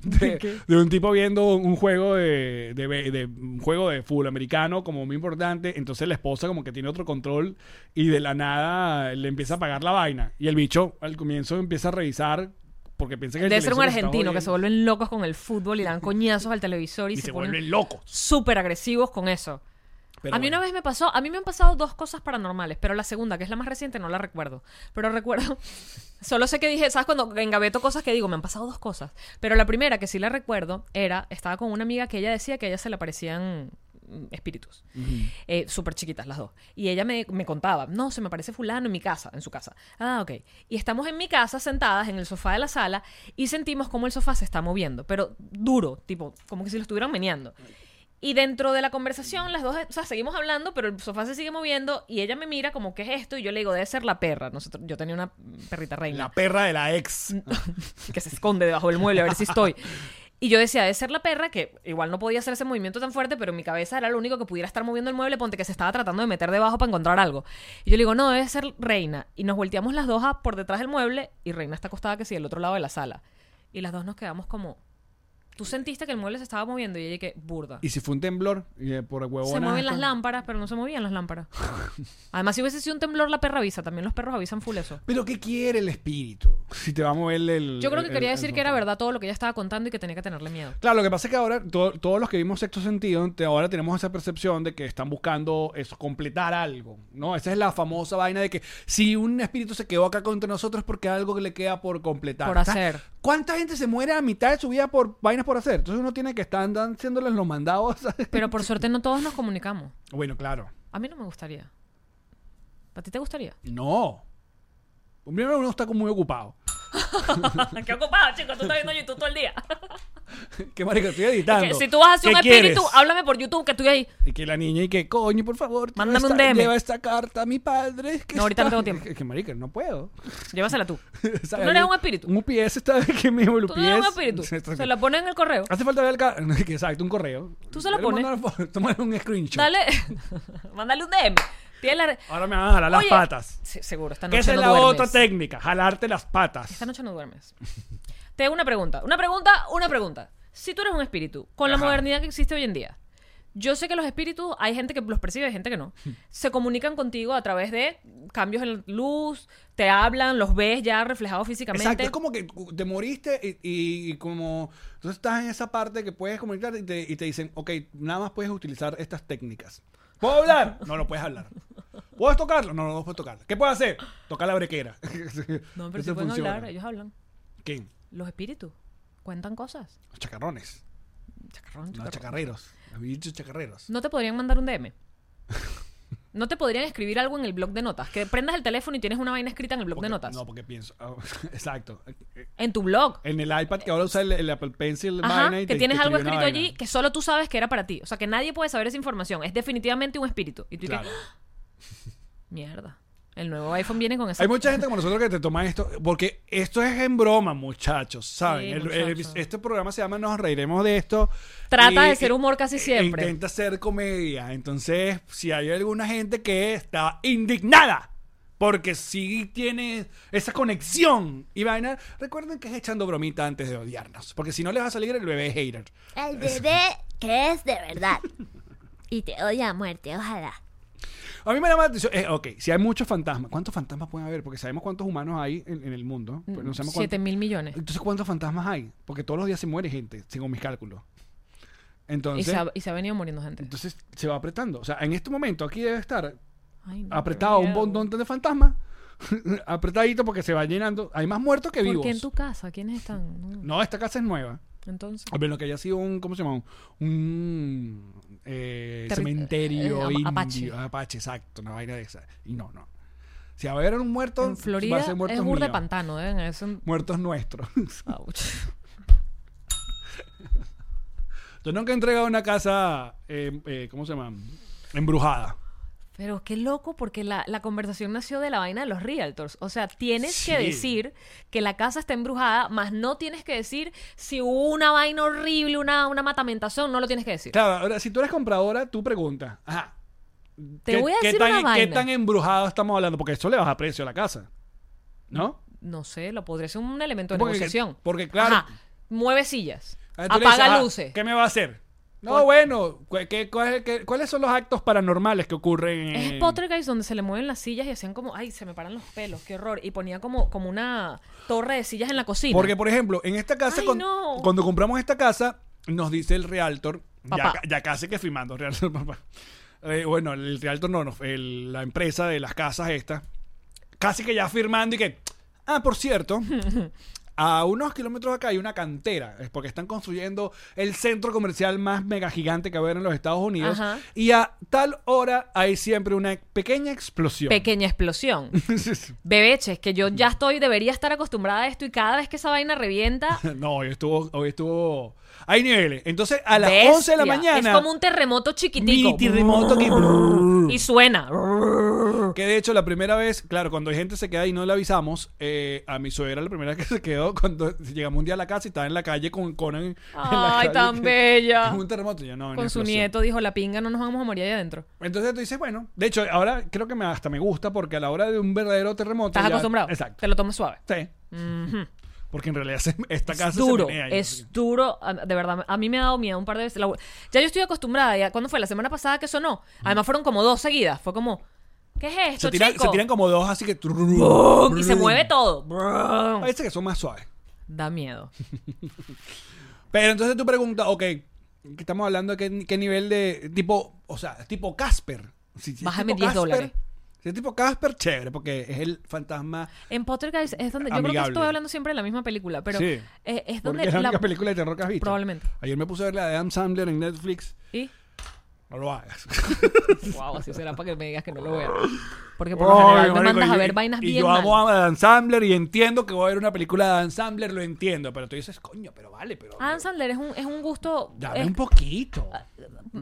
G: de- de- de un tipo viendo un juego de, de be- de un juego de fútbol americano como muy importante? Entonces la esposa como que tiene otro control y de la nada le empieza a apagar la vaina. Y el bicho al comienzo empieza a revisar porque piensa que el
D: Debe ser un
G: televisor está
D: argentino que se
G: jodiendo.
D: vuelven locos con el fútbol y le dan coñazos al televisor y,
G: y
D: se,
G: se
D: ponen
G: vuelven locos.
D: súper agresivos con eso.
G: Pero
D: a mí
G: bueno.
D: una vez me pasó, a mí me han pasado dos cosas paranormales, pero la segunda, que es la más reciente, no la recuerdo. Pero recuerdo, solo sé que dije, ¿sabes? Cuando engaveto cosas que digo, me han pasado dos cosas. Pero la primera, que sí la recuerdo, era, estaba con una amiga que ella decía que a ella se le aparecían mm, espíritus. Eh, Súper chiquitas las dos. Y ella me, me contaba, no, se me aparece fulano en mi casa, en su casa. Ah, ok. Y estamos en mi casa sentadas en el sofá de la sala y sentimos como el sofá se está moviendo, pero duro, tipo, como que si lo estuvieran meneando. Y dentro de la conversación, las dos, o sea, seguimos hablando, pero el sofá se sigue moviendo y ella me mira como, ¿qué es esto? Y yo le digo, debe ser la perra. Nosotros, yo tenía una perrita reina
G: La perra de la ex.
D: que se esconde debajo del mueble a ver si estoy. Y yo decía, debe ser la perra, que igual no podía hacer ese movimiento tan fuerte, pero en mi cabeza era lo único que pudiera estar moviendo el mueble, ponte que se estaba tratando de meter debajo para encontrar algo. Y yo le digo, no, debe ser Reina. Y nos volteamos las dos a- por detrás del mueble y Reina está acostada que sí, del otro lado de la sala. Y las dos nos quedamos como, tú sentiste que el mueble se estaba moviendo y ella que, burda.
G: Y si fue un temblor, eh, por huevona.
D: Se mueven las lámparas, pero no se movían las lámparas. Además, si hubiese sido un temblor, la perra avisa. También los perros avisan full eso.
G: Pero ¿qué quiere el espíritu? Si te va a mover el.
D: Yo creo que
G: el-
D: quería
G: el-
D: decir
G: el
D: que era
G: sofá.
D: verdad todo lo que ella estaba contando y que tenía que tenerle miedo.
G: Claro, lo que pasa es que ahora to- todos los que vimos sexto sentido, te- ahora tenemos esa percepción de que están buscando eso, completar algo, ¿no? Esa es la famosa vaina de que si un espíritu se quedó acá contra nosotros porque algo que le queda por completar.
D: Por
G: ¿Está-
D: hacer.
G: ¿Cuánta gente se muere a mitad de su vida por vainas por hacer? Entonces uno tiene que estar andando haciéndoles los mandados. ¿sabes?
D: Pero por suerte no todos nos comunicamos.
G: Bueno, claro.
D: A mí no me gustaría. ¿A ti te gustaría?
G: No. Primero uno está como muy ocupado.
D: Qué ocupado, chicos. Tú estás viendo YouTube todo el día.
G: Qué marico, estoy editando.
D: si tú vas a hacer
G: ¿Qué
D: un espíritu,
G: quieres?
D: háblame por YouTube que estoy ahí.
G: Y que la niña, y que coño, por favor. lleva
D: Mándame un
G: esta-
D: DM.
G: Lleva esta carta a mi padre. que
D: No, ahorita
G: está-
D: no tengo tiempo.
G: Que marica, no puedo.
D: Llévasela tú.
G: ¿Sabes?
D: no eres un espíritu.
G: Un UPS está que me
D: Tú no eres un espíritu. Se la pones en el correo.
G: Hace falta ver el ca- que Exacto, un correo.
D: Tú se la
G: Yo le mando
D: pones.
G: una foto, Tomar un screenshot.
D: Dale. Mándale un DM. Tiene la...
G: Ahora me van a jalar
D: Oye.
G: las patas.
D: Sí, seguro, esta
G: Que
D: noche
G: esa es
D: no
G: la
D: duermes.
G: otra técnica, jalarte las patas.
D: Esta noche no duermes. Te hago una pregunta. Una pregunta, una pregunta. Si tú eres un espíritu, con la modernidad que existe hoy en día, yo sé que los espíritus, hay gente que los percibe, hay gente que no. Se comunican contigo a través de cambios en la luz, te hablan, los ves ya reflejados físicamente.
G: Exacto, es como que te moriste y, y- y como tú estás en esa parte que puedes comunicarte y te, y te dicen, ok, nada más puedes utilizar estas técnicas. ¿Puedo hablar? No, no puedes hablar. ¿Puedes tocarlo? No, no, no puedes tocarlo. ¿Qué puedo hacer? Tocar la brequera.
D: No, pero
G: Eso
D: si pueden
G: funciona.
D: hablar, ellos hablan.
G: ¿Quién?
D: Los espíritus cuentan cosas.
G: Los chacarrones.
D: Chacarrón,
G: Los
D: chacarrón.
G: chacarreros. Los bichos chacarreros.
D: No te podrían mandar un DM. No te podrían escribir algo en el blog de notas. Que prendas el teléfono y tienes una vaina escrita en el blog
G: Porque-
D: de notas.
G: No, porque pienso. ah, exacto.
D: En tu blog.
G: En el iPad que ahora usa el, el Apple Pencil.
D: Ajá,
G: vaina y
D: que
G: te-
D: tienes
G: te
D: algo
G: escribe
D: escrito
G: una
D: allí
G: vaina.
D: que solo tú sabes que era para ti. O sea, que nadie puede saber esa información. Es definitivamente un espíritu. Y tú dices, "Ah,
G: Claro.
D: mierda. El nuevo iPhone viene con esa.
G: Hay mucha gente como nosotros que te toma esto, porque esto es en broma, muchachos, ¿saben?
D: Sí,
G: El- el-
D: muchachos.
G: este programa se llama Nos reiremos de esto.
D: Trata
G: y-
D: de ser humor casi
G: e-
D: siempre.
G: Intenta ser comedia. Entonces, si hay alguna gente que está indignada porque sí tiene esa conexión y vaina, recuerden que es echando bromita antes de odiarnos, porque si no les va a salir el bebé hater.
H: El bebé que es de verdad. Y te odia a muerte, ojalá.
G: A mí me llama la atención, eh, ok, si hay muchos fantasmas, ¿cuántos fantasmas pueden haber? Porque sabemos cuántos humanos hay en, en el mundo. pero pues, no sabemos cuántos-
D: 7 mil millones.
G: Entonces, ¿cuántos fantasmas hay? Porque todos los días se muere gente, según mis cálculos.
D: Y
G: Entonces,
D: se, ha, y se ha venido muriendo gente.
G: entonces se va apretando. O sea, en este momento aquí debe estar
D: Ay, no,
G: apretado
D: qué
G: un
D: miedo.
G: montón de fantasmas, apretadito porque se va llenando. Hay más muertos que
D: ¿Por
G: vivos.
D: qué en tu casa? ¿Quiénes están? No,
G: No, esta casa es nueva.
D: Entonces.
G: A menos que haya sido un, ¿cómo se llama? Un eh,
D: Terri- eh,
G: cementerio
D: am-
G: indio,
D: apache.
G: apache. exacto, una vaina de esa. Y no, no. Si va a haber un muerto,
D: En Florida
G: va a ser muertos
D: es burda de
G: míos.
D: pantano, ¿eh? Es un-
G: Muertos nuestros.
D: Ouch.
G: Yo nunca he entregado una casa, eh, eh, ¿cómo se llama? Embrujada.
D: Pero qué loco, porque la, la conversación nació de la vaina de los realtors. O sea, tienes
G: Sí.
D: que decir que la casa está embrujada, más no tienes que decir si hubo una vaina horrible, una, una matamentación, no lo tienes que decir.
G: Claro, ahora si tú eres compradora, tú preguntas, ajá,
D: Te voy a decir
G: tan,
D: una
G: ¿qué
D: vaina.
G: tan embrujado estamos hablando? Porque eso le baja precio a la casa, ¿no?
D: No sé, lo podría ser un elemento de
G: Porque-
D: negociación.
G: porque, claro-
D: Ajá, mueve sillas,
G: Ahí tú le dices,
D: apaga
G: "Ah,
D: luces.
G: ¿Qué me va a hacer? No,
D: Por-
G: bueno, cu- qué- cuál- qué- ¿cuáles son los actos paranormales que ocurren?
D: Es
G: en-
D: Poltergeist donde se le mueven las sillas y hacían como, ay, se me paran los pelos, qué horror. Y ponía como, como una torre de sillas en la cocina.
G: Porque, por ejemplo, en esta casa,
D: Ay,
G: cuan-
D: no.
G: cuando compramos esta casa, nos dice el realtor, ya,
D: Papá.
G: ca- ya casi que firmando, realtor papá. eh, bueno, el Realtor no, no, el- la empresa de las casas esta, casi que ya firmando y que, ah, por cierto, a unos kilómetros de acá hay una cantera, es porque están construyendo el centro comercial más mega gigante que va a haber en los Estados Unidos.
D: Ajá.
G: Y a tal hora hay siempre una pequeña explosión.
D: Pequeña explosión. Bebeches, que yo ya estoy, debería estar acostumbrada a esto y cada vez que esa vaina revienta.
G: no, hoy estuvo, hoy estuvo. Hay niveles. Entonces, a las
D: bestia.
G: 11 de la mañana.
D: Es como un terremoto chiquitico.
G: mini terremoto que.
D: Y suena.
G: Que de hecho la primera vez, claro, cuando hay gente se queda y no le avisamos, eh, a mi suegra la primera vez que se quedó, cuando llegamos un día a la casa y estaba en la calle con Conan. en la
D: Ay,
G: calle,
D: tan
G: que-
D: bella.
G: Un terremoto, y yo, no, una
D: Con su
G: explosión.
D: nieto dijo, la pinga no nos vamos a morir ahí adentro.
G: Entonces tú dices, bueno, de hecho ahora creo que me, hasta me gusta porque a la hora de un verdadero terremoto...
D: Estás
G: ya-
D: acostumbrado.
G: Exacto.
D: Te lo tomas suave.
G: Sí. Porque en realidad se- esta casa
D: Es
G: se
D: duro,
G: menea y no sé
D: es
G: qué.
D: duro, a- de verdad. A mí me ha dado miedo un par de veces. La- Ya yo estoy acostumbrada. Ya, ¿Cuándo fue? La semana pasada que sonó. Además fueron como dos seguidas. Fue como, ¿qué es esto,
G: Se tiran,
D: chico?
G: se tiran como dos así que...
D: y se mueve todo. Brum.
G: Parece que son más suaves.
D: Da miedo.
G: Pero entonces tú preguntas, ok, que estamos hablando de qué, qué nivel de tipo, o sea, tipo Casper. Si, si es
D: Bájame
G: tipo
D: 10 dólares.
G: Si es tipo Casper, chévere, porque es el fantasma.
D: En Potter Guys es donde... Yo creo que
G: Amigable.
D: estoy hablando siempre de la misma película, pero
G: Sí.
D: eh, es donde...
G: Porque es la
D: la-
G: única película de terror que has visto.
D: Probablemente.
G: Ayer me puse a ver la de Adam Sandler en Netflix.
D: ¿Y?
G: No lo hagas.
D: Wow, así será para que me digas que no lo vea. Porque por lo general
G: Ay,
D: me
G: marico,
D: mandas a
G: y-
D: ver vainas
G: y
D: bien
G: yo amo
D: malas.
G: a Adam Sandler y entiendo que voy a ver una película de Adam Sandler, lo entiendo. Pero tú dices, coño, pero vale, pero...
D: Adam Sandler es un, es un gusto...
G: Dame
D: es-
G: un poquito.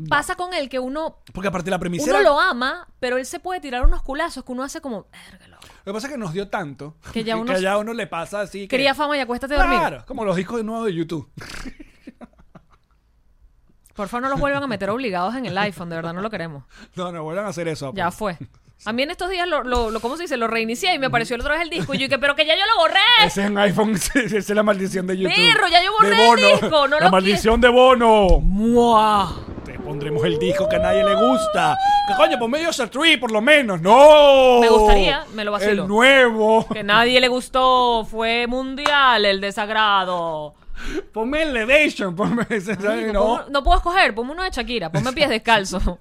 D: pasa con él que uno...
G: Porque aparte la premisa
D: Uno
G: era-
D: lo ama, pero él se puede tirar unos culazos que uno hace como... "Eh, "Verga, loco".
G: Lo que pasa es que nos dio tanto
D: Que ya uno-
G: que ya uno le pasa así. que-
D: Quería fama y acuéstate a dormir.
G: Claro, como los discos nuevos de YouTube.
D: Por favor, no los vuelvan a meter obligados en el iPhone. De verdad, no lo queremos.
G: No, no vuelvan a hacer eso.
D: Ya
G: pues.
D: fue. A mí en estos días, lo, lo, lo- ¿cómo se dice? Lo reinicié y me apareció otra vez el disco. Y yo dije, pero que ya yo lo borré.
G: Ese es un iPhone, esa es la maldición de YouTube.
D: Perro, ya yo borré
G: De
D: el
G: Bono.
D: disco, no
G: la
D: lo
G: maldición de Bono.
D: ¡Mua!
G: Te pondremos el disco que a nadie le gusta. Que coño, ponme User Tree por lo menos. No.
D: Me gustaría, me lo vacilo.
G: El nuevo.
D: Que nadie le gustó. Fue mundial el desagrado.
G: Ponme Elevation, ponme ese, ¿sabes?
D: Marico,
G: No.
D: ponme- no puedo escoger. Ponme uno de Shakira. Ponme pies descalzo.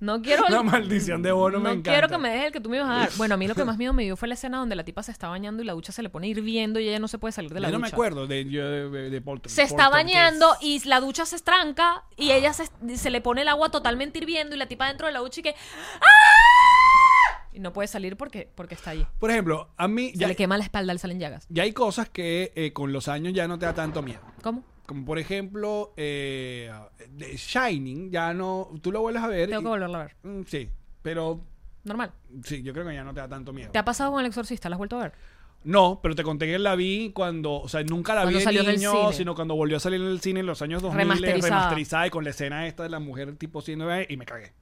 D: No quiero... el-
G: La maldición de Bono me
D: no
G: encanta.
D: quiero que me dejes el que tú me ibas a dar. Bueno, a mí lo que más miedo me dio fue la escena donde la tipa se está bañando y la ducha se le pone hirviendo y ella no se puede salir de la
G: Yo no me
D: ducha.
G: acuerdo de, yo- de, de Polter-
D: se está
G: Poltergeist.
D: bañando y la ducha se estranca y ella se, se le pone el agua totalmente hirviendo y la tipa dentro de la ducha y que ¡Ah! y no puede salir porque porque está allí.
G: Por ejemplo, a mí
D: Se
G: ya,
D: le quema la espalda, le salen llagas.
G: ya hay cosas que eh, con los años ya no te da tanto miedo.
D: ¿Cómo?
G: Como por ejemplo, eh, de Shining, ya no. Tú lo vuelves a ver.
D: Tengo que
G: y-
D: volverla a ver.
G: Mm, Sí, pero
D: Normal.
G: sí, yo creo que ya no te da tanto miedo.
D: ¿Te ha pasado con el exorcista? ¿La has vuelto a ver?
G: No, pero te conté que la vi cuando, o sea, nunca la
D: Cuando
G: vi
D: salió en
G: de
D: el
G: niño,
D: cine.
G: sino cuando volvió a salir en el cine en los años 2000,
D: Remasterizada.
G: remasterizada, y con la escena esta de la mujer tipo cine y me cagué.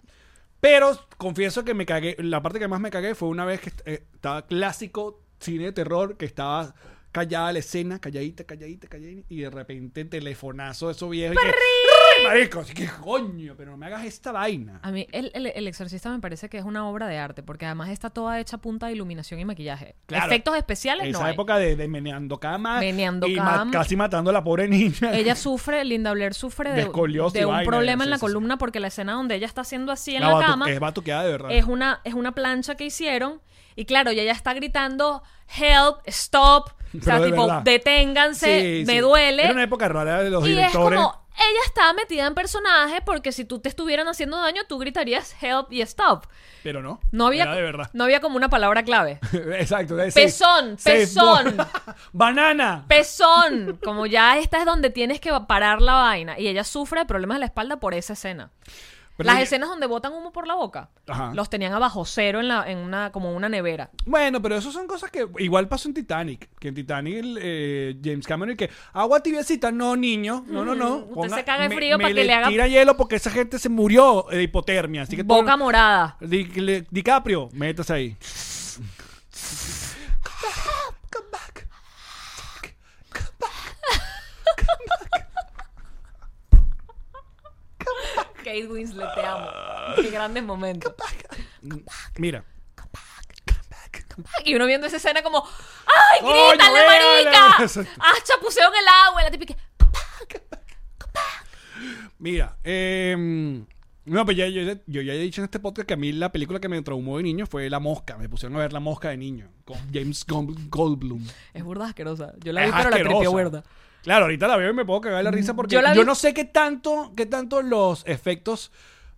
G: Pero confieso que me cagué, la parte que más me cagué fue una vez que eh, estaba clásico cine de terror, que estaba callada la escena, calladita, calladita, calladita, y de repente telefonazo de esos viejos. y que, "Ay, Marico, ¿qué coño? Pero no me hagas esta vaina.
D: A mí el, el- el exorcista me parece que es una obra de arte porque además está toda hecha a punta de iluminación y maquillaje.
G: Claro.
D: Efectos especiales
G: Esa
D: no hay.
G: época de, de meneando cama
D: Meneando
G: y
D: cama.
G: ma- casi matando a la pobre niña.
D: Ella sufre, Linda Blair sufre de,
G: De escoliosis
D: de
G: y
D: un
G: vaina,
D: problema
G: sí,
D: en la
G: sí, sí.
D: columna porque la escena donde ella está haciendo así en
G: La
D: la,
G: batu-
D: cama
G: Es batuqueada de verdad.
D: es una, es una plancha que hicieron y claro, y ella está gritando help, stop, o sea,
G: Pero de
D: tipo,
G: verdad.
D: deténganse,
G: Sí,
D: me
G: sí.
D: duele.
G: Era una época rara de los
D: y es como,
G: directores.
D: ella está metida en personaje porque si tú te estuvieran haciendo daño, tú gritarías help y stop.
G: Pero no.
D: No había,
G: Era de verdad.
D: no había como una palabra clave.
G: Exacto. de- sí.
D: Pezón,
G: Sí,
D: pezón.
G: bo- Banana.
D: Pezón, como ya esta es donde tienes que parar la vaina. Y ella sufre de problemas en la espalda por esa escena.
G: Pero
D: Las
G: ella-
D: escenas donde botan humo por la boca,
G: Ajá.
D: los tenían abajo cero en, la, en una, como una nevera.
G: Bueno, pero eso son cosas que igual pasó en Titanic. Que en Titanic el, eh, James Cameron el que agua tibiacita, no niño, no, no, no.
D: Mm, Usted se caga de frío para que le haga-
G: tira hielo porque esa gente se murió de hipotermia, así que todo-
D: Boca morada.
G: Di- le- DiCaprio, métase ahí. Come back, come back.
D: Kate Winslet, te amo. Qué grandes momentos.
G: Mira.
D: Y uno viendo esa escena como, ¡ay,
G: Coño,
D: grítale,
G: véale!
D: marica!
G: Exacto.
D: ¡Ah, chapuseo en el agua! Y La típica,
G: Mira, em, No, pues ya, yo, yo ya he dicho en este podcast que a mí la película que me traumó de niño fue La Mosca. Me pusieron a ver La Mosca de niño con James Gold- Goldblum.
D: Es burda asquerosa. Yo la vi,
G: Es
D: pero la tripié
G: asquerosa.
D: burda.
G: Claro, ahorita la veo y me puedo cagar la risa porque
D: Yo
G: yo,
D: la vi-
G: no sé qué tanto, qué tanto los efectos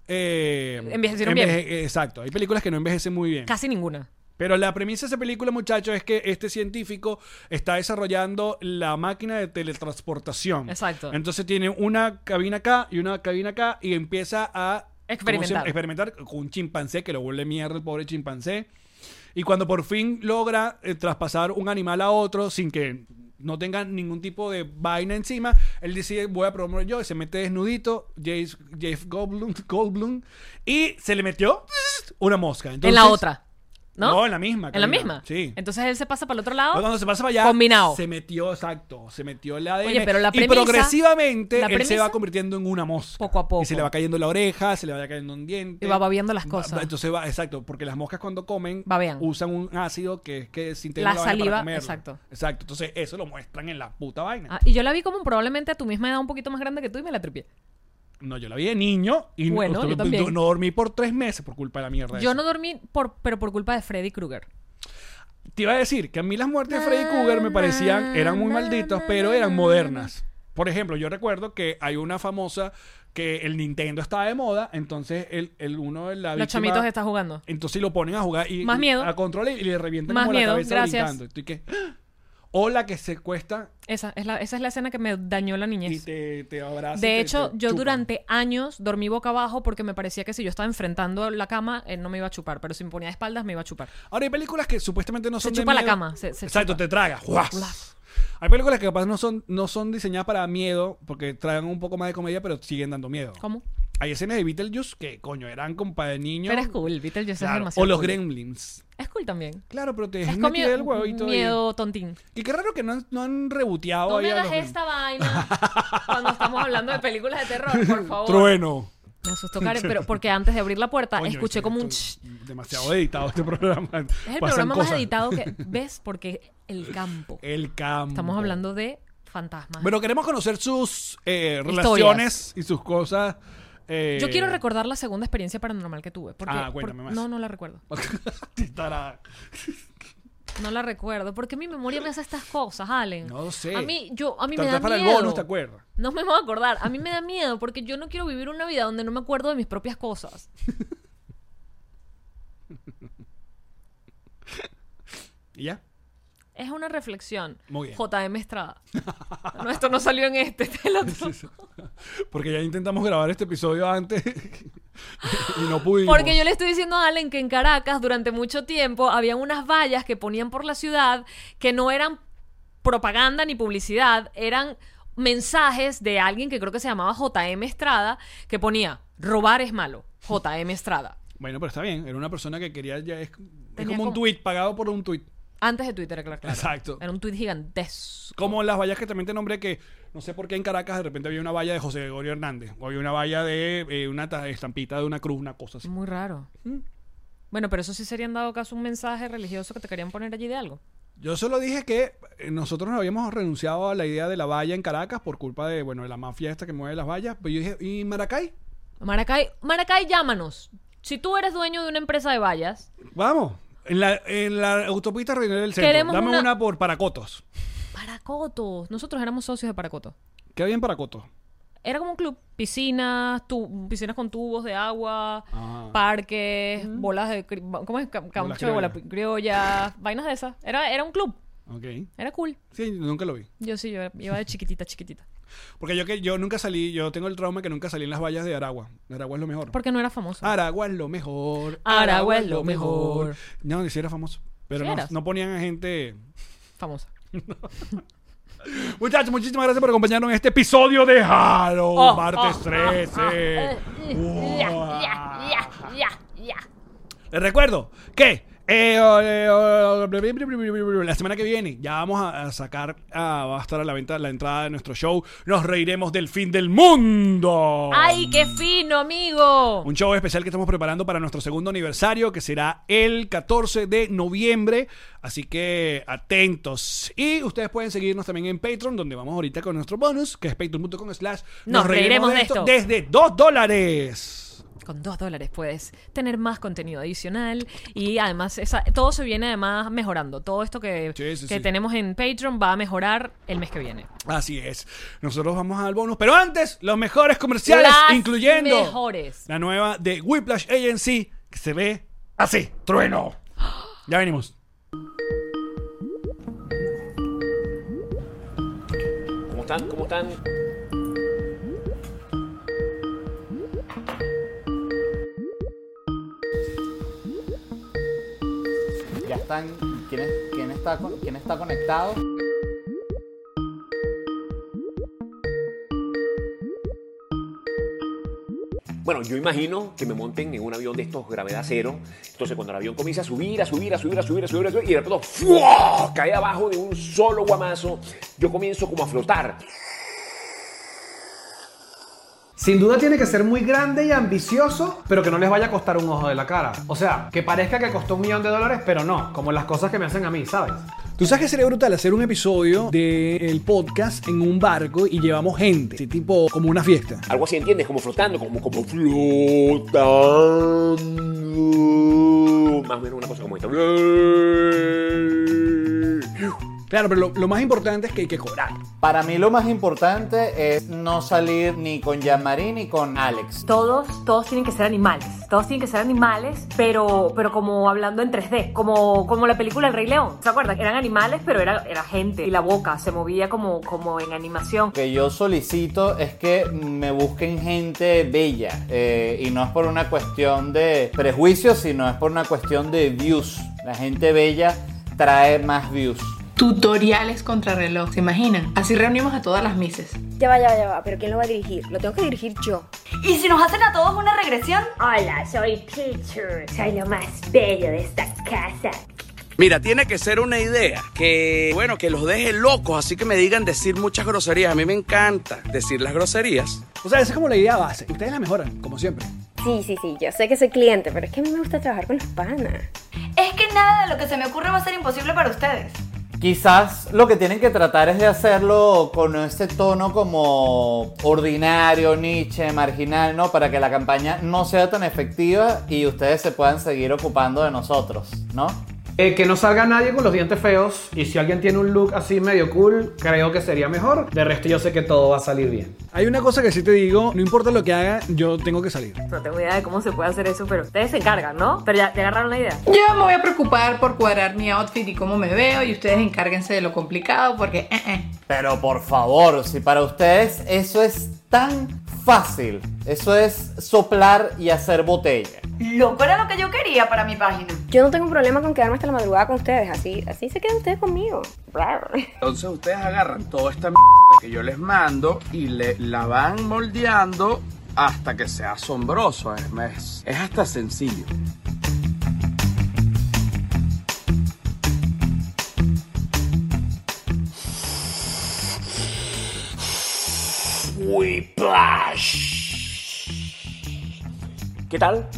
G: eh,
D: Envejecieron bien.
G: enveje- Exacto, hay películas que no envejecen muy bien.
D: Casi ninguna.
G: Pero la premisa de esa película, muchachos, es que este científico está desarrollando la máquina de teletransportación.
D: Exacto.
G: Entonces tiene una cabina acá y una cabina acá y empieza a
D: Experimentar.
G: ¿cómo se llama? experimentar con un chimpancé que lo vuelve mierda el pobre chimpancé. Y cuando por fin logra eh, traspasar un animal a otro sin que no tenga ningún tipo de vaina encima, él decide voy a promover yo y se mete desnudito, Jeff, Jeff Goldblum, Goldblum, y se le metió una mosca.
D: en la
G: Entonces-
D: otra. ¿No?
G: en la misma.
D: ¿En la
G: Karina.
D: misma?
G: Sí.
D: Entonces él se pasa para el otro
G: Pero
D: lado.
G: cuando se pasa para allá,
D: Combinado.
G: se metió, exacto, se metió el ADN.
D: Oye, pero la
G: y
D: premisa-
G: progresivamente
D: la
G: él se
D: premisa-
G: va convirtiendo en una mosca.
D: Poco a poco.
G: Y se le va cayendo la oreja, se le va cayendo un diente.
D: Y va babiando las
G: Va-
D: cosas.
G: va- entonces va, exacto, porque las moscas cuando comen
D: Babean.
G: usan un ácido que es que
D: La
G: sintetiza vaina para
D: saliva,
G: comerlo.
D: exacto.
G: Exacto, entonces eso lo muestran en la puta vaina.
D: Ah, y yo la vi como probablemente a tu misma edad un poquito más grande que tú y me la tripié.
G: No, yo la vi de niño y no-
D: Bueno, yo
G: no,
D: también.
G: no dormí por tres meses por culpa de la mierda.
D: Yo
G: esa.
D: no dormí, por, pero por culpa de Freddy Krueger.
G: Te iba a decir que a mí las muertes de Freddy Krueger me parecían, eran muy malditas, pero eran modernas. Por ejemplo, yo recuerdo que hay una famosa que el Nintendo estaba de moda, entonces el, el uno de la
D: Los
G: víctima-
D: chamitos están jugando.
G: Entonces lo ponen a jugar y
D: Más miedo.
G: a control y le revientan
D: Más
G: como
D: miedo,
G: la cabeza
D: gracias.
G: brincando. Estoy que, ¡ah! o la que se cuesta
D: Esa es la, esa es la escena que me dañó la
G: y
D: niñez.
G: te, te abraza. y
D: De
G: te-
D: hecho,
G: te
D: yo
G: chupa.
D: durante años dormí boca abajo porque me parecía que si yo estaba enfrentando la cama, él no me iba a chupar, pero si me ponía de espaldas me iba a chupar.
G: Ahora hay películas que supuestamente no
D: Se
G: son
D: chupa
G: de
D: la
G: miedo.
D: cama, se- se
G: Exacto,
D: chupa.
G: te traga. ¡Guas! Hay películas que capaz no son, no son diseñadas para miedo, porque traen un poco más de comedia, pero siguen dando miedo.
D: ¿Cómo?
G: Hay escenas de Beetlejuice que, coño, eran como para niños.
D: Pero es cool, Beetlejuice es
G: Claro,
D: demasiado.
G: O los
D: cool.
G: Gremlins.
D: Es cool también.
G: Claro, pero te
D: Es
G: dejan
D: como
G: metido el huevito. ahí.
D: miedo tontín.
G: Y qué raro que no han, no han reboteado
D: No
G: ahí
D: me
G: a
D: das
G: los Gremlins.
D: esta vaina cuando estamos hablando de películas de terror, por favor.
G: Trueno.
D: Me asustó, Karen, pero porque antes de abrir la puerta
G: Coño,
D: escuché
G: esto-
D: como un...
G: esto
D: ch-
G: es Demasiado editado este programa.
D: Es el
G: Pasan
D: programa
G: cosas.
D: más editado que ves porque el campo.
G: El campo.
D: Estamos hablando de fantasmas.
G: Bueno, queremos conocer sus eh,
D: Historias.
G: relaciones y sus cosas. eh,
D: Yo quiero recordar la segunda experiencia paranormal que tuve. Porque,
G: Ah, cuéntame
D: por-
G: más.
D: No, no la recuerdo.
G: Estará-
D: No la recuerdo. Porque mi memoria me hace estas cosas, Allen.
G: No sé.
D: A mí, yo, a mí me
G: Tal
D: da
G: vez para el
D: miedo.
G: bonus, ¿te acuerdas?
D: No me voy a acordar. A mí me da miedo porque yo no quiero vivir una vida donde no me acuerdo de mis propias cosas.
G: ¿Y ya?
D: Es una reflexión.
G: Muy bien.
D: JM Estrada. No, esto no salió en este, este es el otro.
G: Porque ya intentamos grabar este episodio antes y no pudimos.
D: Porque yo le estoy diciendo a Allen que en Caracas durante mucho tiempo habían unas vallas que ponían por la ciudad que no eran propaganda ni publicidad, eran mensajes de alguien que creo que se llamaba JM Estrada que ponía robar es malo, JM Estrada.
G: Bueno, pero está bien. Era una persona que quería ya... Es, es
D: Tenía
G: como un
D: como-
G: tuit, pagado por un tuit.
D: Antes de Twitter, claro. claro.
G: Exacto.
D: Era un tweet gigantesco.
G: Como las vallas que también te nombré que... No sé por qué en Caracas de repente había una valla de José Gregorio Hernández. O había una valla de eh, una ta- estampita de una cruz, una cosa así.
D: Muy raro. Bueno, pero eso sí sería en dado caso un mensaje religioso que te querían poner allí de algo.
G: Yo solo dije que eh, nosotros nos habíamos renunciado a la idea de la valla en Caracas por culpa de, bueno, de la mafia esta que mueve las vallas. Pero yo dije, ¿y Maracay?
D: Maracay, Maracay, llámanos. Si tú eres dueño de una empresa de vallas,
G: Vamos. En la, en la autopista Reinal del Centro.
D: Queremos
G: Dame
D: una-
G: una... por Paracotos.
D: Paracoto. Nosotros éramos socios de Paracoto.
G: ¿Qué había en Paracotos?
D: Era como un club. Piscinas, tu- piscinas con tubos de agua,
G: Ah.
D: parques, bolas de... cri- ¿Cómo es? Cam- Caucho de bola
G: criollas.
D: criolla, vainas de esas. Era, era un club.
G: Ok.
D: Era cool.
G: Sí, nunca lo vi.
D: Yo sí, yo era- iba de chiquitita, chiquitita.
G: Porque yo que yo nunca salí, yo tengo el trauma que nunca salí en las vallas de Aragua. Aragua es lo mejor.
D: Porque no era famoso.
G: Aragua es lo mejor.
D: Aragua es lo mejor.
G: No, ni siquiera era famoso. Pero
D: Sí
G: no,
D: eras.
G: no ponían a gente.
D: Famosa.
G: Muchachos, muchísimas gracias por acompañarnos en este episodio de Halo,
D: Oh,
G: martes
D: oh,
G: 13.
H: Ya, ya, ya, ya, ya.
G: Les recuerdo que eh, oh, eh, oh, bla, bla, bla, bla, bla, bla, la semana que viene ya vamos a, a sacar, ah, va a estar a la venta la entrada de nuestro show. Nos reiremos del fin del mundo.
D: ¡Ay, qué fino, amigo!
G: Un show especial que estamos preparando para nuestro segundo aniversario, que será el 14 de noviembre. Así que atentos. Y ustedes pueden seguirnos también en Patreon, donde vamos ahorita con nuestro bonus, que es patreon.com slash
D: Nos reiremos de esto.
G: desde 2 dólares.
D: Con dos dólares puedes tener más contenido adicional y además esa- todo se viene además mejorando. Todo esto que,
G: Sí, sí,
D: que
G: sí.
D: tenemos en Patreon va a mejorar el mes que viene.
G: Así es. Nosotros vamos al bonus, pero antes, los mejores comerciales,
D: Las
G: incluyendo
D: mejores.
G: la nueva de Whiplash Agency, que se ve así, trueno. Ya venimos.
J: ¿Cómo están? ¿Cómo están?
K: Ya están. ¿Quién, es- quién está, con- quién está conectado?
J: Bueno, yo imagino que me monten en un avión de estos gravedad cero. Entonces, cuando el avión comienza a subir, a subir, a subir, a subir, a subir, a subir y de pronto ¡fua! cae abajo de un solo guamazo, yo comienzo como a flotar.
L: Sin duda tiene que ser muy grande y ambicioso, pero que no les vaya a costar un ojo de la cara. O sea, que parezca que costó un millón de dólares, pero no, como las cosas que me hacen a mí, ¿sabes?
G: Tú sabes que sería brutal hacer un episodio del podcast en un barco y llevamos gente, así, tipo como una fiesta.
J: Algo así, ¿entiendes? Como flotando, como, como flotando. Más o menos una cosa como esta.
G: Claro, pero lo, lo más importante es que hay que cobrar.
K: Para mí lo más importante es no salir ni con Yamari ni con Alex.
M: Todos, todos tienen que ser animales. Todos tienen que ser animales, pero, pero como hablando en 3D, como, como la película El Rey León. ¿Se acuerdan? Eran animales, pero era, era gente. Y la boca se movía como, como en animación.
K: Lo que yo solicito es que me busquen gente bella. eh, y no es por una cuestión de prejuicios, sino es por una cuestión de views. La gente bella trae más views.
N: Tutoriales contra reloj, ¿se imaginan? Así reunimos a todas las mises.
O: Ya va, ya va, ya va, pero ¿quién lo va a dirigir? Lo tengo que dirigir yo. ¿Y si nos hacen a todos una regresión? Hola, soy Teacher. Soy lo más bello de esta casa.
C: Mira, tiene que ser una idea que, bueno, que los deje locos, así que me digan decir muchas groserías. A mí me encanta decir las groserías.
G: O sea, esa es como la idea base. Ustedes la mejoran, como siempre.
O: Sí, sí, sí, yo sé que soy cliente, pero es que a mí me gusta trabajar con los panas.
N: Es que nada de lo que se me ocurre va a ser imposible para ustedes.
K: Quizás lo que tienen que tratar es de hacerlo con este tono como ordinario, niche, marginal, ¿no? Para que la campaña no sea tan efectiva y ustedes se puedan seguir ocupando de nosotros, ¿no?
L: Eh, que no salga nadie con los dientes feos y si alguien tiene un look así medio cool, creo que sería mejor. De resto yo sé que todo va a salir bien.
G: Hay una cosa que sí te digo, no importa lo que haga, yo tengo que salir.
M: No tengo idea de cómo se puede hacer eso, pero ustedes se encargan, ¿no? Pero ya, ya agarraron la idea.
N: Yo me voy a preocupar por cuadrar mi outfit y cómo me veo y ustedes encárguense de lo complicado porque... eh, eh.
K: Pero por favor, si para ustedes eso es tan fácil, eso es soplar y hacer botella.
N: Loco era lo que yo quería para mi página.
O: Yo no tengo problema con quedarme hasta la madrugada con ustedes, así, así se quedan ustedes conmigo.
C: Entonces ustedes agarran toda esta mierda que yo les mando y le, la van moldeando hasta que sea asombroso. Es, es- es hasta sencillo.
J: Whiplash. ¿Qué tal?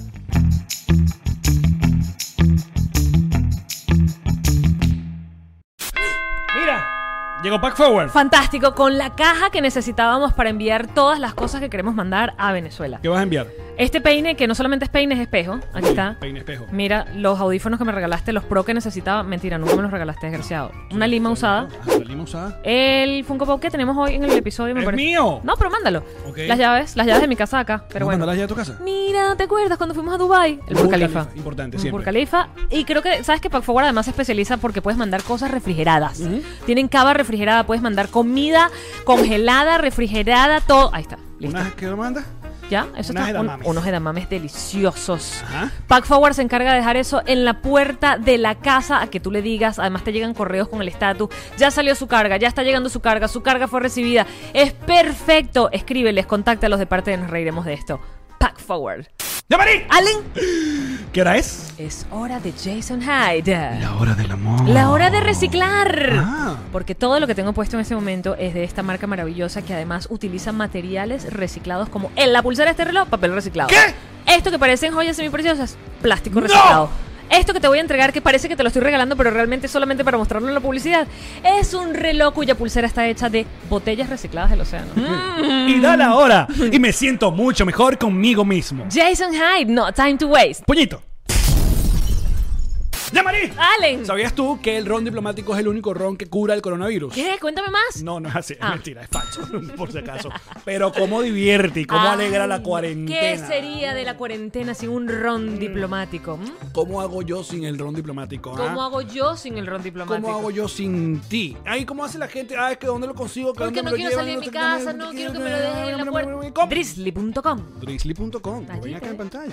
G: Llegó Pack Forward.
D: Fantástico, con la caja que necesitábamos para enviar todas las cosas que queremos mandar a Venezuela.
G: ¿Qué vas a enviar?
D: Este peine, que no solamente es peine, es espejo. Aquí está.
G: Peine espejo.
D: Mira, los audífonos que me regalaste, los pro que necesitaba. Mentira, nunca me los regalaste, desgraciado. Una lima usada.
G: La lima usada.
D: El Funko Pop que tenemos hoy en el episodio me
G: ¡Es
D: parece.
G: mío!
D: No, pero mándalo.
G: Ok.
D: Las llaves, las llaves de mi casa de acá. Pero
G: ¿Vamos
D: bueno.
G: a mandarlas ya a tu casa?
D: Mira, ¿te acuerdas cuando fuimos a Dubai? El Burj Khalifa.
G: Importante,
D: Un
G: siempre.
D: Burj Khalifa. Y creo que, ¿sabes que Pack Forward además se especializa porque puedes mandar cosas refrigeradas. Tienen cava refrigerada, puedes mandar comida congelada, refrigerada, todo. Ahí está.
G: ¿Unas que lo mandas?
D: ¿Ya? Eso
G: Unas
D: está. un-
G: edamames.
D: unos edamames deliciosos.
G: Ajá.
D: Pack Forward se encarga de dejar eso en la puerta de la casa a que tú le digas. Además, te llegan correos con el estatus. Ya salió su carga, ya está llegando su carga, su carga fue recibida. Es perfecto. Escríbeles, contáctalos de parte de Nos Reiremos de esto. Pack Forward.
G: ¡Yamari!
D: ¡Allen!
G: ¿Qué hora es?
D: Es hora de Jason Hyde.
G: La hora del amor.
D: La hora de reciclar.
G: Ah.
D: Porque todo lo que tengo puesto en este momento es de esta marca maravillosa que además utiliza materiales reciclados como en la pulsera de este reloj, papel reciclado. ¿Qué? Esto que parecen joyas semipreciosas, plástico reciclado. Esto que te voy a entregar, que parece que te lo estoy regalando, pero realmente es solamente para mostrarlo en la publicidad, es un reloj cuya pulsera está hecha de botellas recicladas del océano.
G: Mm.
P: Y da la hora. Y me siento mucho mejor conmigo mismo.
D: Jason Hyde, no time to waste.
P: Puñito. ¡Ya, Marí!
D: ¡Allen!
G: ¿Sabías tú que el ron diplomático es el único ron que cura el coronavirus?
D: ¿Qué? Cuéntame más.
G: No, no es así, es
D: Ah.
G: mentira, es falso, por si acaso. Pero cómo divierte y cómo
D: Ay,
G: alegra la
D: Ah, ¿Qué
G: cuarentena.
D: sería de la cuarentena sin un ron diplomático? ¿Mm?
G: ¿Cómo hago yo sin el ron diplomático? ah?
D: ¿Cómo hago yo sin el ron diplomático?
G: ¿Cómo hago yo sin ti? Ay, ¿cómo hace la gente? Ah, es que ¿dónde lo consigo? ¿Que
D: Porque
G: dónde
D: no
G: me lo
D: quiero
G: llevan?
D: salir de mi
G: No sé qué,
D: casa,
G: no
D: no
G: sé
D: quiero que
G: qué,
D: me lo dejen en la puerta. Drizzly.com.
G: Drizzly.com. que
D: Allí
G: ven acá
D: te-
G: en pantalla.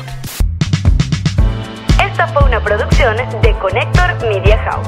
F: Esta fue una producción de Connector Media House.